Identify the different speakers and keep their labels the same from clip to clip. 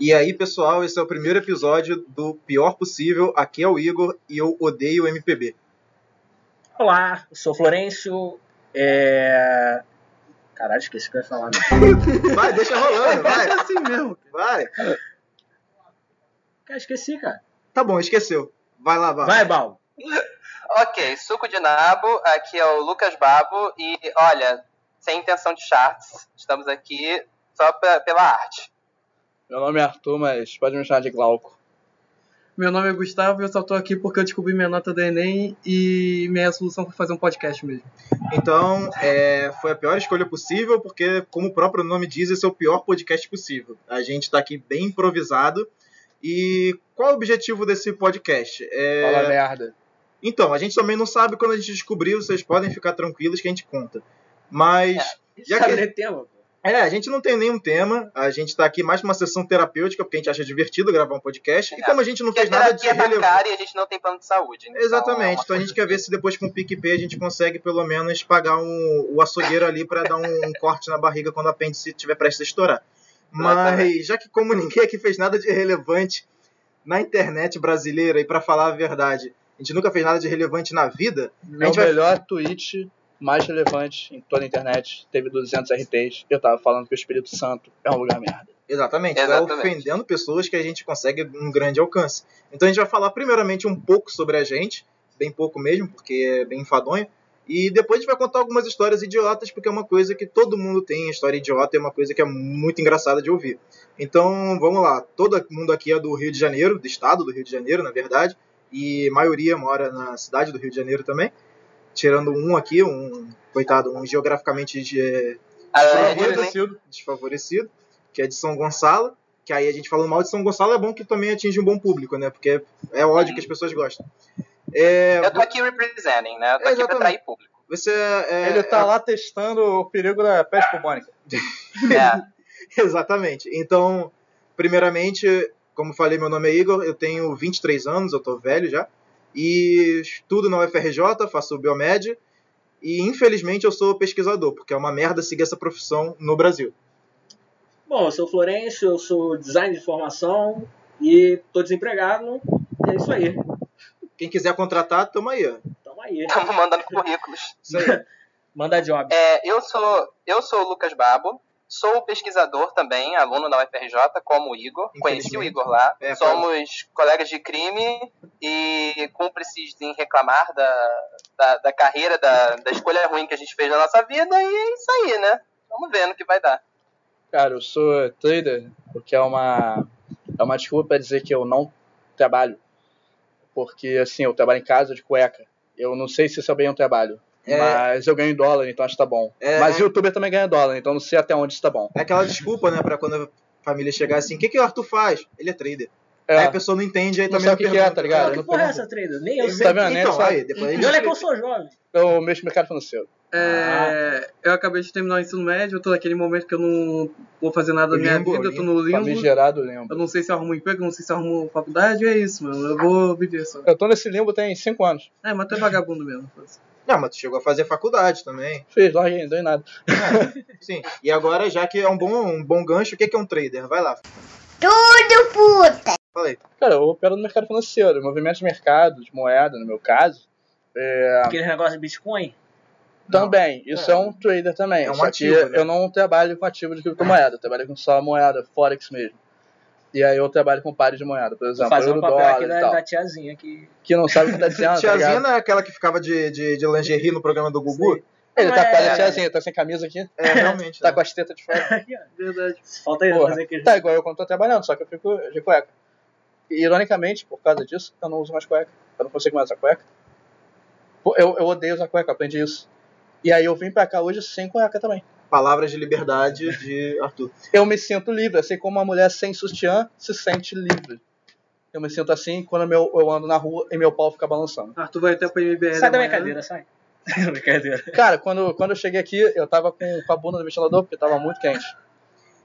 Speaker 1: E aí, pessoal, esse é o primeiro episódio do Pior Possível. Aqui é o Igor e eu odeio MPB.
Speaker 2: Olá, eu sou o Florencio. É... Caralho, esqueci o que eu ia falar. né?
Speaker 1: Vai, deixa rolando, vai.
Speaker 3: É assim mesmo.
Speaker 1: Vai.
Speaker 2: Cara, esqueci, cara.
Speaker 1: Tá bom, esqueceu. Vai lá, vai.
Speaker 2: Vai, Bal.
Speaker 4: Ok, suco de nabo, aqui é o Lucas Babo e olha, sem intenção de charts, estamos aqui só pra- pela arte.
Speaker 5: Meu nome é Arthur, mas pode me chamar de Glauco.
Speaker 3: Meu nome é Gustavo e eu só tô aqui porque eu descobri minha nota do Enem e minha solução foi fazer um podcast mesmo.
Speaker 1: Então, é, foi a pior escolha possível, porque, como o próprio nome diz, esse é o pior podcast possível. A gente tá aqui bem improvisado. E qual é o objetivo desse podcast? É...
Speaker 5: Fala
Speaker 4: né?
Speaker 5: merda.
Speaker 1: Então, a gente também não sabe quando a gente descobrir, vocês podem ficar tranquilos que a gente conta. Mas. Já
Speaker 2: Sabe
Speaker 1: que-
Speaker 2: nem tá tema, pô.
Speaker 1: É, a gente não tem nenhum tema, a gente tá aqui mais pra uma sessão terapêutica, porque a gente acha divertido gravar um podcast, e como a gente não
Speaker 4: Porque É. a
Speaker 1: fez nada de
Speaker 4: terapia tá
Speaker 1: relevante.
Speaker 4: cara e a gente não tem plano de saúde. então é
Speaker 1: Exatamente,
Speaker 4: uma
Speaker 1: então a gente quer ver se depois com o PicPay a gente consegue pelo menos pagar um, o açougueiro ali pra dar um, um corte na barriga quando o apêndice estiver prestes a estourar. Mas, já que como ninguém aqui fez nada de relevante na internet brasileira, e pra falar a verdade, a gente nunca fez nada de relevante na vida,
Speaker 5: Meu
Speaker 1: gente vai-
Speaker 5: melhor tweet mais relevante em toda a internet teve 200 RTs. Eu tava falando que o Espírito Santo é um lugar merda.
Speaker 1: Exatamente,
Speaker 4: Exatamente.
Speaker 1: tá ofendendo pessoas que a gente consegue um grande alcance. Então a gente vai falar primeiramente um pouco sobre a gente, bem pouco mesmo, porque é bem enfadonho, e depois a gente vai contar algumas histórias idiotas, porque é uma coisa que todo mundo tem, história idiota é uma coisa que é muito engraçada de ouvir. Então vamos lá, todo mundo aqui é do Rio de Janeiro, do estado do Rio de Janeiro, na verdade, e a maioria mora na cidade do Rio de Janeiro também, tirando um aqui, um coitado, um geograficamente eh,
Speaker 4: Ah,
Speaker 1: Por favor,
Speaker 4: Disney.
Speaker 1: desfavorecido, que é de São Gonçalo. Que aí a gente falando mal de São Gonçalo é bom que também atinge um bom público, né? Porque é ódio que as pessoas gostam. É,
Speaker 4: Eu tô aqui representing, né? Eu tô aqui pra
Speaker 1: Exatamente.
Speaker 4: atrair público.
Speaker 1: você é,
Speaker 5: Ele tá
Speaker 1: é-
Speaker 5: lá testando o perigo da peste bubônica.
Speaker 4: É.
Speaker 1: Exatamente. Então, primeiramente, como falei, meu nome é Igor, eu tenho 23 anos, eu tô velho já, e estudo na UFRJ, faço biomed, e infelizmente eu sou pesquisador, porque é uma merda seguir essa profissão no Brasil.
Speaker 2: Bom, eu sou o Florencio, eu sou design de formação e tô desempregado. E é isso aí.
Speaker 1: Quem quiser contratar, tamo aí, ó.
Speaker 2: Tamo aí.
Speaker 4: Estamos mandando currículos.
Speaker 1: Isso aí.
Speaker 2: Manda job.
Speaker 4: É, eu, sou, eu sou o Lucas Babo, sou pesquisador também, aluno da UFRJ, como o Igor. Conheci o
Speaker 1: Infelizmente.
Speaker 4: Igor lá.
Speaker 1: É,
Speaker 4: Somos colegas de crime e cúmplices em reclamar da, da, da carreira, da, da escolha ruim que a gente fez na nossa vida, e é isso aí, né? Vamos ver no que vai dar.
Speaker 5: Cara, eu sou trader, o que é uma, é uma desculpa pra dizer que eu não trabalho. Porque, assim, eu trabalho em casa de cueca. Eu não sei se isso é bem um trabalho.
Speaker 1: É.
Speaker 5: Mas eu ganho em dólar, então acho que tá bom.
Speaker 1: É.
Speaker 5: Mas youtuber também ganha dólar, então não sei até onde isso tá bom.
Speaker 1: É aquela desculpa, né, pra quando a família chegar assim, o que, que o Arthur faz? Ele é trader. Aí a pessoa não entende, aí
Speaker 5: Não
Speaker 1: também
Speaker 5: sabe o que que é,
Speaker 1: pergunta.
Speaker 5: tá ligado?
Speaker 2: Pô,
Speaker 5: eu
Speaker 2: que
Speaker 5: não
Speaker 2: porra é
Speaker 5: pergunto.
Speaker 2: essa trader? Nem eu sei.
Speaker 5: Tá vendo, né?
Speaker 1: Então,
Speaker 5: Só-
Speaker 1: aí, depois
Speaker 2: E olha que eu sou jovem.
Speaker 5: Eu mexo no mercado financeiro.
Speaker 3: É, Eu acabei de terminar o ensino médio, eu tô naquele momento que eu não vou fazer nada da minha
Speaker 1: Limbo,
Speaker 3: vida, eu tô no limbo.
Speaker 5: Famigerado limbo.
Speaker 3: Eu não sei se eu arrumo emprego, eu não sei se eu arrumo faculdade, é isso, mano. Eu vou viver só.
Speaker 5: Eu tô nesse limbo tem 5 anos.
Speaker 3: É, mas tu é vagabundo mesmo. foda-se.
Speaker 1: Não, mas tu chegou a fazer faculdade também.
Speaker 5: Fiz larga ainda, em nada.
Speaker 1: Sim. E agora, já que é um bom, um bom gancho, o que que é um trader? Vai lá.
Speaker 6: Tudo puta.
Speaker 1: Falei.
Speaker 5: Cara, eu opero no mercado financeiro. Movimento de mercado, de moeda, no meu caso.
Speaker 2: Aquele negócio de Bitcoin.
Speaker 1: Não.
Speaker 5: Também, isso é, um trader também.
Speaker 1: É um
Speaker 5: só
Speaker 1: ativo,
Speaker 5: que
Speaker 1: né?
Speaker 5: eu não trabalho com ativo de criptomoeda, eu trabalho com só moeda, Forex mesmo. E aí eu trabalho com pares de moeda, por
Speaker 2: Vou
Speaker 5: exemplo,
Speaker 2: fazer um
Speaker 5: euro
Speaker 2: papel
Speaker 5: dólar
Speaker 2: aqui
Speaker 5: e
Speaker 2: da,
Speaker 5: tal.
Speaker 2: da tiazinha que.
Speaker 5: Que não sabe o que tá dizendo, tá
Speaker 1: tiazinha
Speaker 5: ligado?
Speaker 1: não é aquela que ficava de, de, de lingerie no programa do Gugu?
Speaker 5: Ele tá
Speaker 2: É.
Speaker 5: quase a tiazinha, tá sem camisa aqui,
Speaker 1: É, realmente.
Speaker 5: tá
Speaker 1: né?
Speaker 5: com as tetas de fora.
Speaker 2: Aqui, ó.
Speaker 3: Verdade.
Speaker 2: Falta né, ele
Speaker 5: Porra.
Speaker 2: fazer aquele.
Speaker 5: Tá igual eu quando tô trabalhando, só que eu fico de cueca. E, ironicamente, por causa disso, eu não uso mais cueca. Eu não consigo mais usar cueca. Pô, Eu, eu odeio usar cueca, eu aprendi isso. E aí eu vim pra cá hoje sem cueca também.
Speaker 1: Palavras de liberdade de Arthur.
Speaker 5: Eu me sinto livre, assim como uma mulher sem sutiã se sente livre. Eu me sinto assim quando meu, eu ando na rua e meu pau fica balançando.
Speaker 3: Arthur Ah, vai até pra MBL.
Speaker 2: Sai da minha
Speaker 3: amanhã.
Speaker 2: cadeira, sai. Sai da minha cadeira.
Speaker 5: Cara, quando, quando eu cheguei aqui, eu tava com, com a bunda no ventilador porque tava muito quente.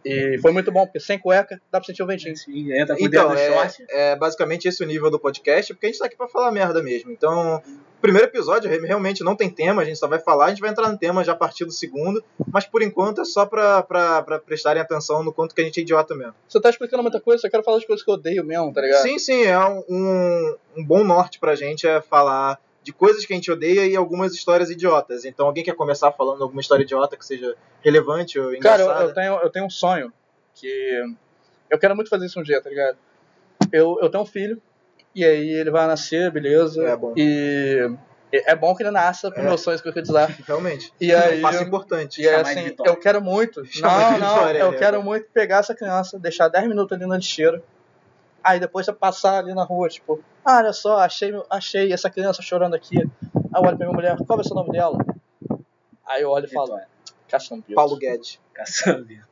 Speaker 5: E foi muito bom, porque sem cueca dá pra sentir o ventinho.
Speaker 2: Sim, entra com o dedo
Speaker 1: Então,
Speaker 2: no
Speaker 1: é,
Speaker 2: short.
Speaker 1: é basicamente esse o nível do podcast, porque a gente tá aqui pra falar merda mesmo. Então, o primeiro episódio re- realmente não tem tema, a gente só vai falar, a gente vai entrar no tema já a partir do segundo, mas por enquanto é só pra, pra, pra prestarem atenção no quanto que a gente é idiota mesmo.
Speaker 5: Você tá explicando muita coisa, só quero falar de coisas que eu odeio mesmo, tá ligado?
Speaker 1: Sim, sim, é um- um, um bom norte pra gente é falar de coisas que a gente odeia e algumas histórias idiotas. Então, alguém quer começar falando alguma história idiota que seja relevante ou
Speaker 5: Cara,
Speaker 1: engraçada?
Speaker 5: eu, eu tenho, eu tenho um sonho que. Eu quero muito fazer isso um dia, tá ligado? Eu, eu tenho um filho, e aí ele vai nascer, beleza.
Speaker 1: É bom.
Speaker 5: E. e É bom que ele nasça, pro
Speaker 1: É.
Speaker 5: meu sonho se concretizar.
Speaker 1: Realmente.
Speaker 5: E aí.
Speaker 1: um passo importante.
Speaker 5: E aí,
Speaker 2: Chamar de
Speaker 5: assim,
Speaker 2: Vitória.
Speaker 5: eu quero muito.
Speaker 1: Chamar
Speaker 5: Não,
Speaker 1: de
Speaker 5: não,
Speaker 1: Vitória,
Speaker 5: eu
Speaker 1: né?
Speaker 5: quero muito pegar essa criança, deixar 10 minutos ali na lixeira. Aí depois você passar ali na rua, tipo, ah, olha só, achei, achei essa criança chorando aqui. Aí eu olho pra minha mulher, qual vai ser o nome dela? Aí eu olho e falo, Castanho
Speaker 1: Paulo Guedes.
Speaker 2: Caçambito.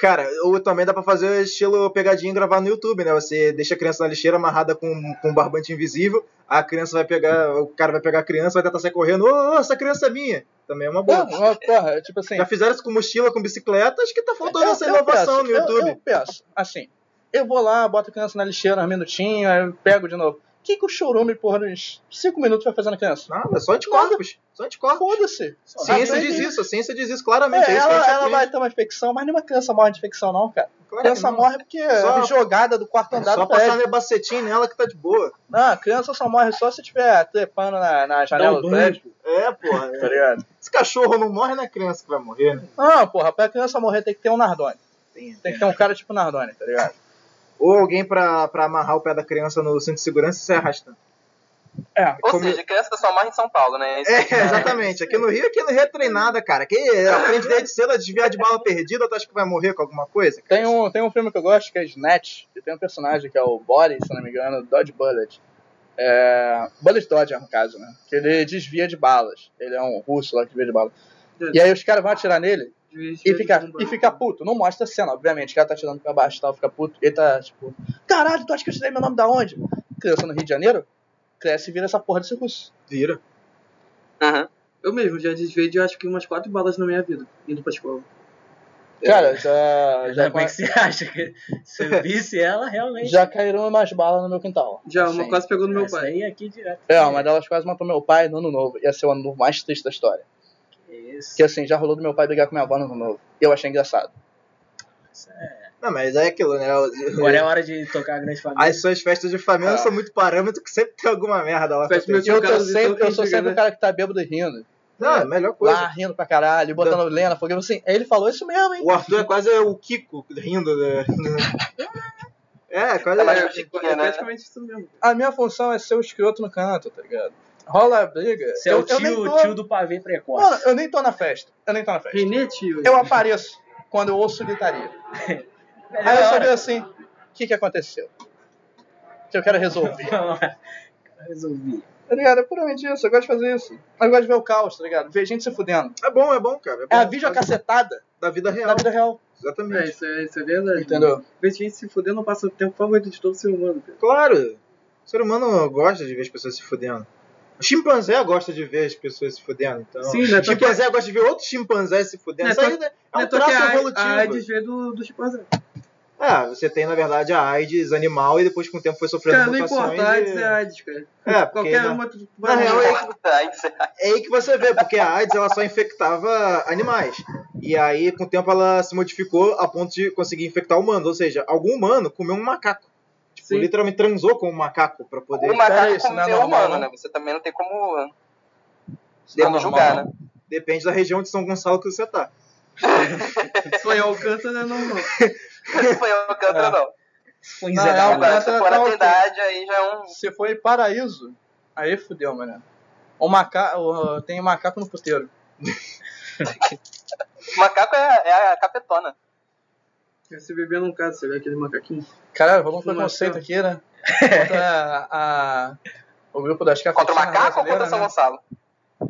Speaker 1: Cara, ou também dá pra fazer estilo pegadinha e gravar no YouTube, né? Você deixa a criança na lixeira amarrada com, com um barbante invisível, a criança vai pegar, o cara vai pegar a criança, vai tentar sair correndo, ô, ô, essa criança é minha. Também é uma
Speaker 5: Não,
Speaker 1: boa.
Speaker 5: não, porra, é tipo assim.
Speaker 1: Já fizeram isso com mochila, com bicicleta, acho que tá faltando essa
Speaker 5: eu- eu
Speaker 1: inovação no
Speaker 5: peço, eu-
Speaker 1: YouTube.
Speaker 5: Eu, peço, assim, eu vou lá, boto a criança na lixeira um minutinho, aí eu pego de novo. O que, que o chorume, porra, nos 5 minutos vai fazer na criança?
Speaker 1: Nada, só anticorpos. Só anticorpos.
Speaker 5: Foda-se.
Speaker 1: Ciência
Speaker 5: Ah,
Speaker 1: diz
Speaker 5: mas-
Speaker 1: isso, a ciência diz isso claramente.
Speaker 5: É,
Speaker 1: é isso que a
Speaker 5: ela,
Speaker 1: gente
Speaker 5: ela
Speaker 1: aprende.
Speaker 5: vai ter uma infecção, mas nenhuma criança morre de infecção, não, cara.
Speaker 1: Claro que
Speaker 5: criança
Speaker 1: não.
Speaker 5: morre porque
Speaker 1: Só-
Speaker 5: é jogada do quarto
Speaker 1: É
Speaker 5: andar
Speaker 1: só
Speaker 5: do
Speaker 1: passar
Speaker 5: prédio.
Speaker 1: nebacetinho nela que tá de boa.
Speaker 5: Não, criança só morre só se tiver trepando na, na janela
Speaker 2: Dá um
Speaker 5: do
Speaker 2: banho.
Speaker 5: prédio,
Speaker 1: É, porra.
Speaker 5: tá ligado?
Speaker 1: Esse cachorro não morre, não é criança que vai morrer, né?
Speaker 5: Não, porra, pra criança morrer tem que ter um Nardone.
Speaker 1: Tem,
Speaker 5: Tem que ter um cara tipo Nardone, tá ligado?
Speaker 1: Ou alguém pra, pra amarrar o pé da criança no cinto de segurança e se arrastando.
Speaker 5: É,
Speaker 4: Ou
Speaker 1: Como-
Speaker 4: seja, criança só morre em São Paulo, né? Isso
Speaker 1: É, exatamente. Aqui no Rio, aqui no Rio é treinada, cara. Aqui aprende desde cedo a é desviar de bala perdida, tu acha que vai morrer com alguma coisa? cara?
Speaker 5: Tem um, tem um filme que eu gosto que é Snatch, que tem um personagem que é o Boris, se não me engano, Dodge Bullet. É, Bullet Dodge é no caso, né? Que ele desvia de balas. Ele é um russo lá que desvia de balas. E aí os caras vão atirar nele e fica,
Speaker 3: um
Speaker 5: e fica puto. Não mostra a cena, obviamente. O cara tá atirando pra baixo e tal, fica puto. Ele tá tipo, caralho, tu acha que eu tirei meu nome da onde? Criança no Rio de Janeiro? Cresce e vira essa porra desse russo.
Speaker 1: Vira.
Speaker 4: Uhum.
Speaker 3: Eu mesmo já desviei de acho que umas quatro balas na minha vida, indo pra escola.
Speaker 5: Cara, É, já, já,
Speaker 2: Já como é que você acha que se eu visse ela, realmente.
Speaker 5: já caíram umas balas no meu quintal.
Speaker 3: Já, uma
Speaker 5: Assim.
Speaker 3: quase pegou no meu
Speaker 2: Essa
Speaker 3: pai.
Speaker 2: aí aqui direto.
Speaker 5: É, uma delas quase matou meu pai no ano novo. Ia ser o ano novo mais triste da história.
Speaker 2: Isso.
Speaker 5: Que assim, já rolou do meu pai brigar com minha avó no ano novo. E eu achei engraçado.
Speaker 2: isso é-
Speaker 1: Não, mas é aquilo, né?
Speaker 2: Agora é hora de tocar a grande família.
Speaker 1: As suas festas de família
Speaker 5: um- Ah.
Speaker 1: são muito parâmetro que sempre tem alguma merda lá. pra
Speaker 3: Festa
Speaker 1: ter.
Speaker 5: E eu,
Speaker 3: Cara,
Speaker 5: tô
Speaker 3: você
Speaker 5: sempre,
Speaker 3: toca
Speaker 5: eu sou
Speaker 3: intriga,
Speaker 5: sempre
Speaker 3: né?
Speaker 5: o cara que tá bêbado e rindo.
Speaker 1: Não, é a melhor coisa.
Speaker 5: Lá, rindo pra caralho, botando lena, fogueira, assim. Aí ele falou isso mesmo, hein?
Speaker 1: O Arthur é quase o Kiko rindo. Né? É, quase.
Speaker 4: Tá mais
Speaker 1: É,
Speaker 4: chiquinha,
Speaker 3: É
Speaker 4: né?
Speaker 3: praticamente isso mesmo.
Speaker 5: A minha função é ser o escroto no canto, tá ligado? Rola a briga.
Speaker 2: Você é o
Speaker 5: eu- eu nem
Speaker 2: tio,
Speaker 5: tô-
Speaker 2: tio do pavê precoce.
Speaker 5: Mano, eu nem tô na festa. Eu nem tô na festa.
Speaker 3: Renê, tio.
Speaker 5: Eu apareço quando eu ouço gritaria.
Speaker 2: Melhor
Speaker 5: Aí eu só
Speaker 2: hora.
Speaker 5: vejo assim, o que que aconteceu? Que eu quero resolver.
Speaker 2: Resolvi.
Speaker 5: Tá ligado? É puramente isso. Eu gosto de fazer isso. Eu gosto de ver o caos, tá ligado? Ver gente se fudendo.
Speaker 1: bom, é bom, cara.
Speaker 5: É
Speaker 1: bom.
Speaker 5: a videocacetada
Speaker 1: Da vida
Speaker 5: da
Speaker 1: real.
Speaker 5: vida real.
Speaker 3: É,
Speaker 1: Exatamente.
Speaker 3: isso é, isso é verdade.
Speaker 5: Entendeu?
Speaker 3: Ver gente se fuder não passa o tempo favorito de todo ser humano, cara.
Speaker 1: Claro. O ser humano gosta de ver as pessoas se fudendo. O chimpanzé gosta de ver as pessoas se fudendo. Então,
Speaker 3: Sim, né?
Speaker 1: o chimpanzé gosta de ver outros chimpanzés se fudendo.
Speaker 3: Né,
Speaker 1: Isso
Speaker 3: só-
Speaker 1: aí né, é
Speaker 3: Não
Speaker 1: um traço evolutivo.
Speaker 3: A, a desvio do, do chimpanzé.
Speaker 1: É, você tem, na verdade, a AIDS animal e depois com o tempo foi sofrendo
Speaker 3: Cara, não
Speaker 1: mutações.
Speaker 3: importa, a AIDS
Speaker 1: e-
Speaker 3: é a AIDS, cara.
Speaker 1: É, porque
Speaker 3: Qualquer
Speaker 1: na-
Speaker 3: uma tu
Speaker 1: na real, é-
Speaker 4: Tá, isso é-
Speaker 1: é aí que você vê, porque a AIDS ela só infectava animais. E aí, com o tempo, ela se modificou a ponto de conseguir infectar humanos. Ou seja, algum humano comeu um macaco. Tipo,
Speaker 3: Sim.
Speaker 1: literalmente transou com um macaco pra poder.
Speaker 4: O macaco
Speaker 5: Pera, isso não é
Speaker 4: comeu
Speaker 5: normal,
Speaker 4: humano,
Speaker 5: não?
Speaker 4: né? Você também não tem como,
Speaker 5: Isso não é
Speaker 4: como
Speaker 5: normal,
Speaker 4: julgar, né?
Speaker 1: Depende da região de São Gonçalo que você tá.
Speaker 3: Foi Alcântara, não, não.
Speaker 4: né? Foi o canto,
Speaker 5: É.
Speaker 4: não.
Speaker 2: Foi
Speaker 5: Não,
Speaker 2: zero.
Speaker 5: é
Speaker 4: Agora,
Speaker 5: Alcântara
Speaker 4: se for
Speaker 5: tá
Speaker 4: na
Speaker 5: ok.
Speaker 4: idade, aí já é um...
Speaker 5: Se foi paraíso, aí fudeu, mano. O macaco. Tem macaco no puteiro.
Speaker 4: O macaco é, é a capetona.
Speaker 3: Você bebendo um caso, você vê aquele macaquinho.
Speaker 5: Caralho, rolou um
Speaker 3: Não,
Speaker 5: preconceito
Speaker 3: não.
Speaker 5: aqui, né? Contra a. a- o grupo das
Speaker 4: Contra
Speaker 5: cafetinas.
Speaker 4: o macaco ou contra
Speaker 5: brasileiras,
Speaker 4: São
Speaker 5: né?
Speaker 4: Gonçalo?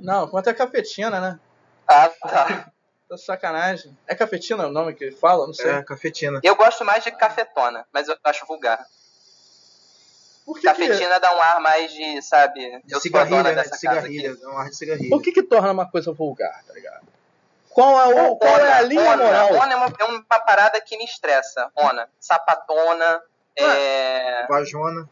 Speaker 5: Não, contra a cafetina, né?
Speaker 4: Ah, tá.
Speaker 5: Tá sacanagem. É cafetina o nome que fala? Não sei.
Speaker 1: É, cafetina.
Speaker 4: Eu gosto mais de cafetona, mas eu acho vulgar.
Speaker 5: Por que é? que,
Speaker 4: Cafetina dá um ar mais de, sabe?
Speaker 1: De
Speaker 4: Eu sou a dona
Speaker 1: cigarrilha, né?
Speaker 4: dessa
Speaker 1: De
Speaker 4: casa aqui.
Speaker 1: cigarrilha. É um ar de cigarrilha.
Speaker 5: por que que torna uma coisa vulgar, tá ligado? Qual é, o, qual é a linha
Speaker 4: Ona,
Speaker 5: moral?
Speaker 4: Ona é uma, é uma parada que me estressa. Ona, sapatona, é,
Speaker 1: Vajona.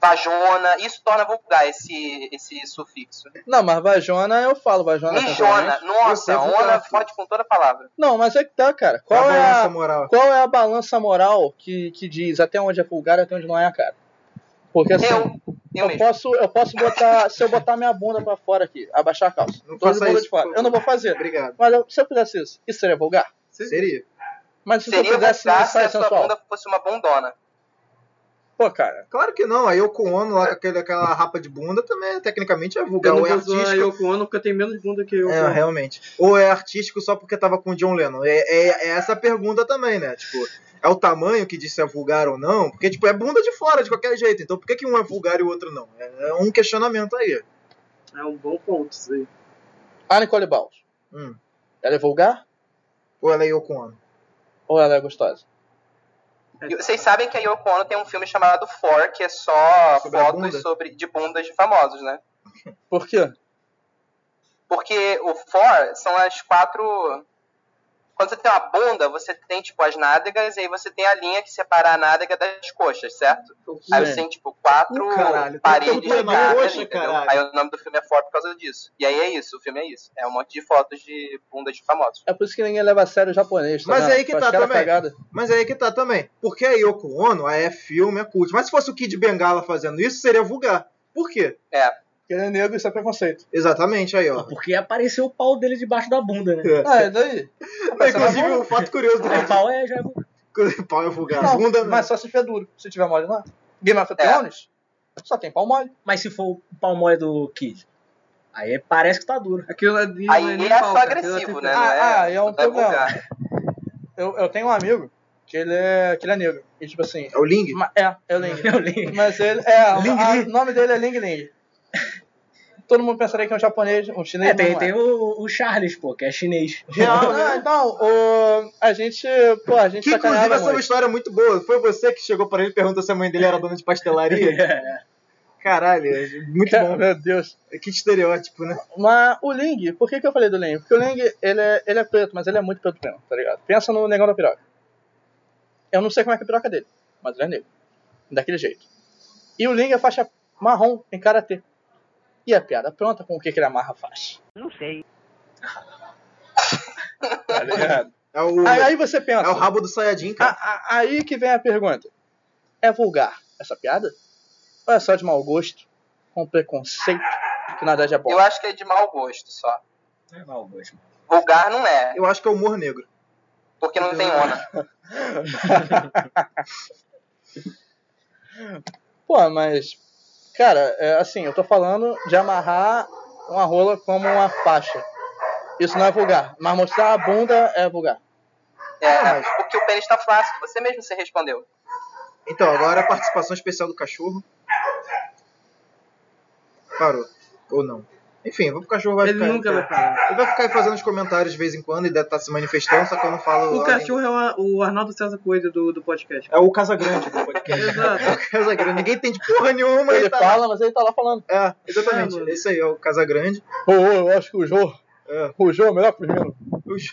Speaker 4: vajona, isso torna vulgar esse, esse sufixo.
Speaker 5: Não, mas vajona eu falo, vajona.
Speaker 4: Mijona,
Speaker 5: tranquilamente.
Speaker 1: Você é
Speaker 4: nossa,
Speaker 1: vulgar,
Speaker 4: ona
Speaker 1: filho.
Speaker 4: pode com toda palavra.
Speaker 5: Não, mas é que tá, cara. Qual
Speaker 1: Qual
Speaker 5: é a,
Speaker 1: moral?
Speaker 5: qual é a balança moral que, que diz até onde é vulgar e até onde não é, cara? Porque assim, eu,
Speaker 4: Eu, eu mesmo.
Speaker 5: posso, eu posso botar, se eu botar minha bunda pra fora aqui, abaixar a calça,
Speaker 1: Não
Speaker 5: tô de
Speaker 1: faça
Speaker 5: bunda
Speaker 1: isso,
Speaker 5: de fora.
Speaker 1: por favor.
Speaker 5: Eu não vou fazer.
Speaker 1: Obrigado.
Speaker 5: Mas eu- se eu fizesse isso, isso seria vulgar?
Speaker 1: Seria.
Speaker 5: Mas se eu
Speaker 4: Seria
Speaker 5: fizesse
Speaker 4: vulgar
Speaker 5: isso,
Speaker 4: se a
Speaker 5: saia
Speaker 4: sua
Speaker 5: sensual?
Speaker 4: bunda fosse uma bundona.
Speaker 5: Pô, cara,
Speaker 1: Claro que não. A Yoko Ono lá com aquele- aquela rapa de bunda também, tecnicamente, é vulgar.
Speaker 3: Eu não
Speaker 1: Ou é
Speaker 3: vou zoar a
Speaker 1: artístico.
Speaker 3: Yoko Ono porque tem menos bunda que eu.
Speaker 1: É, realmente. Ou é artístico só porque tava com o John Lennon? É, é- é essa a pergunta também, né? Tipo, é o tamanho que diz se é vulgar ou não? Porque, tipo, é bunda de fora de qualquer jeito. Então por que, que um é vulgar e o outro não? É, é um questionamento aí.
Speaker 3: É um bom ponto isso aí.
Speaker 5: a Nicole Balls,
Speaker 1: Hum.
Speaker 5: ela é vulgar
Speaker 1: Ou ela é Yoko Ono?
Speaker 5: ou ela é gostosa?
Speaker 4: E Vocês sabem que a Yoko Ono tem um filme chamado For, que é só
Speaker 1: Sobre a
Speaker 4: fotos
Speaker 1: bunda?
Speaker 4: sobre, de bundas de famosos, né?
Speaker 5: Por quê?
Speaker 4: Porque o For são as quatro. Quando você tem uma bunda, você tem tipo as nádegas, e aí você tem a linha que separa a nádega das coxas, certo? Aí você tem tipo quatro
Speaker 1: Uh, caralho, tem
Speaker 4: paredes
Speaker 1: tortura
Speaker 4: de
Speaker 1: na
Speaker 4: cada,
Speaker 1: coxa,
Speaker 4: ali, entendeu?
Speaker 1: caralho.
Speaker 4: Aí o nome do filme é For por causa disso. E aí é isso, o filme é isso. É um monte de fotos de bunda de famosos.
Speaker 5: É por isso que ninguém leva a sério o japonês, tá
Speaker 1: Mas
Speaker 5: vendo?
Speaker 1: aí que
Speaker 5: Com as
Speaker 1: tá
Speaker 5: caras
Speaker 1: também.
Speaker 5: cagadas.
Speaker 1: Mas aí que tá também. Porque a Yoko Ono aí é filme, é culto. Mas se fosse o Kid Bengala fazendo isso, seria vulgar. Por quê?
Speaker 5: Porque ele é negro, isso é preconceito.
Speaker 1: Exatamente, aí, ó.
Speaker 2: Porque apareceu o pau dele debaixo da bunda, né?
Speaker 5: Ah, é daí?
Speaker 1: Não, inclusive, um fato curioso do
Speaker 2: O
Speaker 1: Kid
Speaker 2: pau é já.
Speaker 1: Pau é vulgar.
Speaker 5: Não,
Speaker 1: Bunda, não.
Speaker 5: mas só se tiver duro. Se tiver mole, não é? Game of Thrones? Só tem pau mole.
Speaker 2: Mas se for o pau mole do Kid, aí parece que tá duro.
Speaker 3: Aquilo ali
Speaker 4: Aí
Speaker 3: não é nem
Speaker 4: é
Speaker 3: pau,
Speaker 4: só
Speaker 3: cara. Aquilo
Speaker 4: agressivo,
Speaker 3: ali-
Speaker 4: né?
Speaker 5: Ah,
Speaker 4: Não é,
Speaker 5: ah, é um
Speaker 4: não
Speaker 5: problema.
Speaker 4: vulgar.
Speaker 5: Eu, eu tenho um amigo que ele é, que ele é negro. E tipo assim.
Speaker 1: É o Ling?
Speaker 5: ma- É, é o Ling.
Speaker 2: Eu li.
Speaker 5: Mas ele. É, a-
Speaker 2: Ling
Speaker 5: a-
Speaker 2: Ling.
Speaker 5: o nome dele é Ling Ling. Todo mundo pensaria que é um japonês, um chinês.
Speaker 2: É, tem,
Speaker 5: mas não é.
Speaker 2: tem o, o Charles, pô, que é chinês.
Speaker 1: Real, né?
Speaker 5: Não, então, o, a gente. Pô, a gente
Speaker 1: Que inclusive essa
Speaker 5: sacaneava
Speaker 1: é uma
Speaker 5: muito.
Speaker 1: história muito boa. Foi você que chegou pra ele e perguntou se a mãe dele era dona de pastelaria? Caralho, é muito
Speaker 5: É. Cara,
Speaker 1: bom.
Speaker 5: Meu Deus.
Speaker 1: Que estereótipo, né?
Speaker 5: Mas o Ling, por que, que eu falei do Ling? Porque o Ling, ele é, ele é preto, mas ele é muito preto mesmo, tá ligado? Pensa no negão da piroca. Eu não sei como é que é a piroca dele, mas ele é negro. Daquele jeito. E o Ling é faixa marrom em karatê. E a piada pronta com o que, que ele amarra a faixa. Não sei. Tá ligado?
Speaker 1: É o,
Speaker 5: Aí, aí você pensa.
Speaker 1: é o rabo do Sayajin, cara.
Speaker 5: a- a- aí que vem a pergunta. É vulgar essa piada? Ou é só de mau gosto? Com preconceito? Que na verdade é bom.
Speaker 4: Eu acho que é de mau gosto só.
Speaker 2: É mau gosto.
Speaker 4: Vulgar não
Speaker 5: Ah.
Speaker 4: é,
Speaker 1: Eu acho que é o humor negro.
Speaker 4: porque não tem ona.
Speaker 5: Pô, mas. Cara, é, assim, eu tô falando de amarrar uma rola como uma faixa. Isso não é vulgar. Mas mostrar a bunda é vulgar.
Speaker 1: Ah,
Speaker 4: É, porque o pênis tá flácido, você mesmo se respondeu.
Speaker 1: Então, agora a participação especial do cachorro. Parou. Ou não. Enfim, o cachorro vai
Speaker 3: Ele
Speaker 1: ficar.
Speaker 3: nunca vai parar.
Speaker 1: Ele vai ficar aí fazendo os comentários de vez em quando e deve estar se manifestando, só que eu não falo.
Speaker 3: O
Speaker 1: ordem.
Speaker 3: cachorro é uma- o Arnaldo César Coelho do, do podcast.
Speaker 1: É o Casagrande do podcast.
Speaker 3: Exato.
Speaker 1: Casagrande. Ninguém entende porra nenhuma.
Speaker 5: Ele
Speaker 1: tá lá.
Speaker 5: fala, mas ele tá lá falando.
Speaker 1: É, exatamente.
Speaker 3: É, mano.
Speaker 1: Esse aí é o Casagrande.
Speaker 5: Ô, ô, eu acho que o Jô.
Speaker 1: É.
Speaker 5: O Jô é melhor que o Jô.
Speaker 1: Os-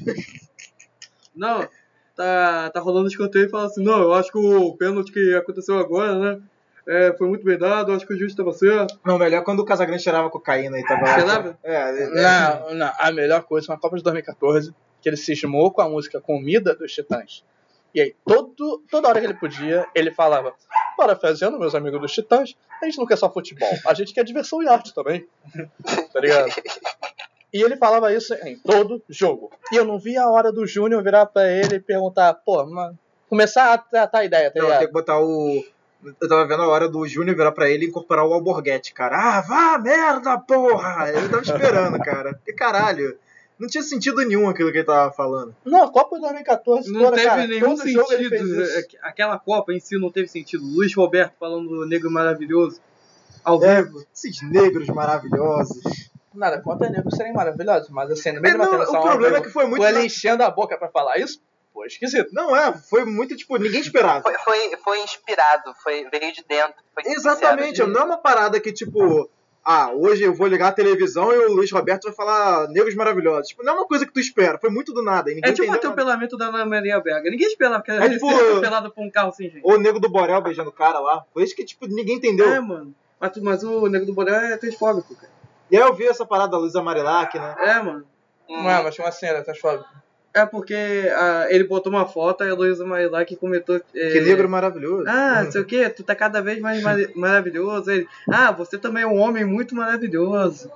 Speaker 3: Não, tá, tá rolando escanteio e fala assim, não, eu acho que o pênalti que aconteceu agora, né? é, foi muito bem dado, eu acho que o juiz estava certo.
Speaker 1: Não, melhor quando o Casagrande cheirava cocaína e tava lá.
Speaker 3: Cheirava?
Speaker 1: É, é,
Speaker 5: Não, não. A melhor coisa foi na Copa de 2014, que ele cismou com a música Comida dos Titãs. E aí, todo, toda hora que ele podia, ele falava: Parafraseando meus amigos dos Titãs, a gente não quer só futebol, a gente quer diversão e arte também. tá ligado? E ele falava isso em todo jogo. E eu não via a hora do Júnior virar pra ele e perguntar: Pô, mas. Começar a tratar a ideia, tá
Speaker 1: Não, tem
Speaker 5: ligado?
Speaker 1: que botar o. Eu tava vendo a hora do Júnior virar pra ele e incorporar o Alborguete, cara. Ah, vá, merda, porra! Ele tava esperando, cara. Porque caralho. Não tinha sentido nenhum aquilo que ele tava falando.
Speaker 5: Não, a Copa de 2014
Speaker 3: Não
Speaker 5: toda,
Speaker 3: teve
Speaker 5: cara,
Speaker 3: nenhum
Speaker 5: todo jogo ele fez
Speaker 3: sentido.
Speaker 5: isso.
Speaker 3: é, Aquela Copa em si não teve sentido. Luiz Roberto falando do negro maravilhoso. Ao
Speaker 1: É,
Speaker 3: vivo.
Speaker 1: esses negros maravilhosos.
Speaker 5: Nada né, contra negros serem maravilhosos, mas assim, no meio de
Speaker 1: É,
Speaker 5: uma
Speaker 1: não,
Speaker 5: transmissão
Speaker 1: o
Speaker 5: ao
Speaker 1: problema é
Speaker 5: vivo,
Speaker 1: que foi muito.
Speaker 5: Ou ela enchendo a boca pra falar isso? Pô, esquisito.
Speaker 1: Não é, foi muito, tipo, ninguém esperava.
Speaker 4: Foi, foi, foi inspirado, foi, veio de dentro. Foi sincero.
Speaker 1: Exatamente, não é uma parada que, tipo, ah, hoje eu vou ligar a televisão e o Luiz Roberto vai falar negros maravilhosos. Tipo, não é uma coisa que tu espera, foi muito do nada. e Ninguém
Speaker 3: É tipo o
Speaker 1: entendeu nada.
Speaker 3: atropelamento da Ana Maria Berga. Ninguém esperava que ela
Speaker 1: É
Speaker 3: fosse
Speaker 1: tipo-
Speaker 3: atropelada por um carro sem gente.
Speaker 1: Ou o nego do Borel beijando o cara lá. Foi isso que, tipo, ninguém entendeu.
Speaker 3: É, mano. Mas, tu- mas o Nego do Borel é transfóbico, cara.
Speaker 1: E aí eu vi essa parada da Luiz Marilac, né?
Speaker 3: É, mano.
Speaker 4: Hum,
Speaker 5: Não é, mas tinha uma cena transfóbica.
Speaker 3: É porque ah, ele botou uma foto e a Luísa Marilac comentou... é,
Speaker 1: Que negro maravilhoso.
Speaker 3: Ah,
Speaker 1: Hum.
Speaker 3: sei o que, tu tá cada vez mais mari- maravilhoso. Ele, ah, você também é um homem muito maravilhoso.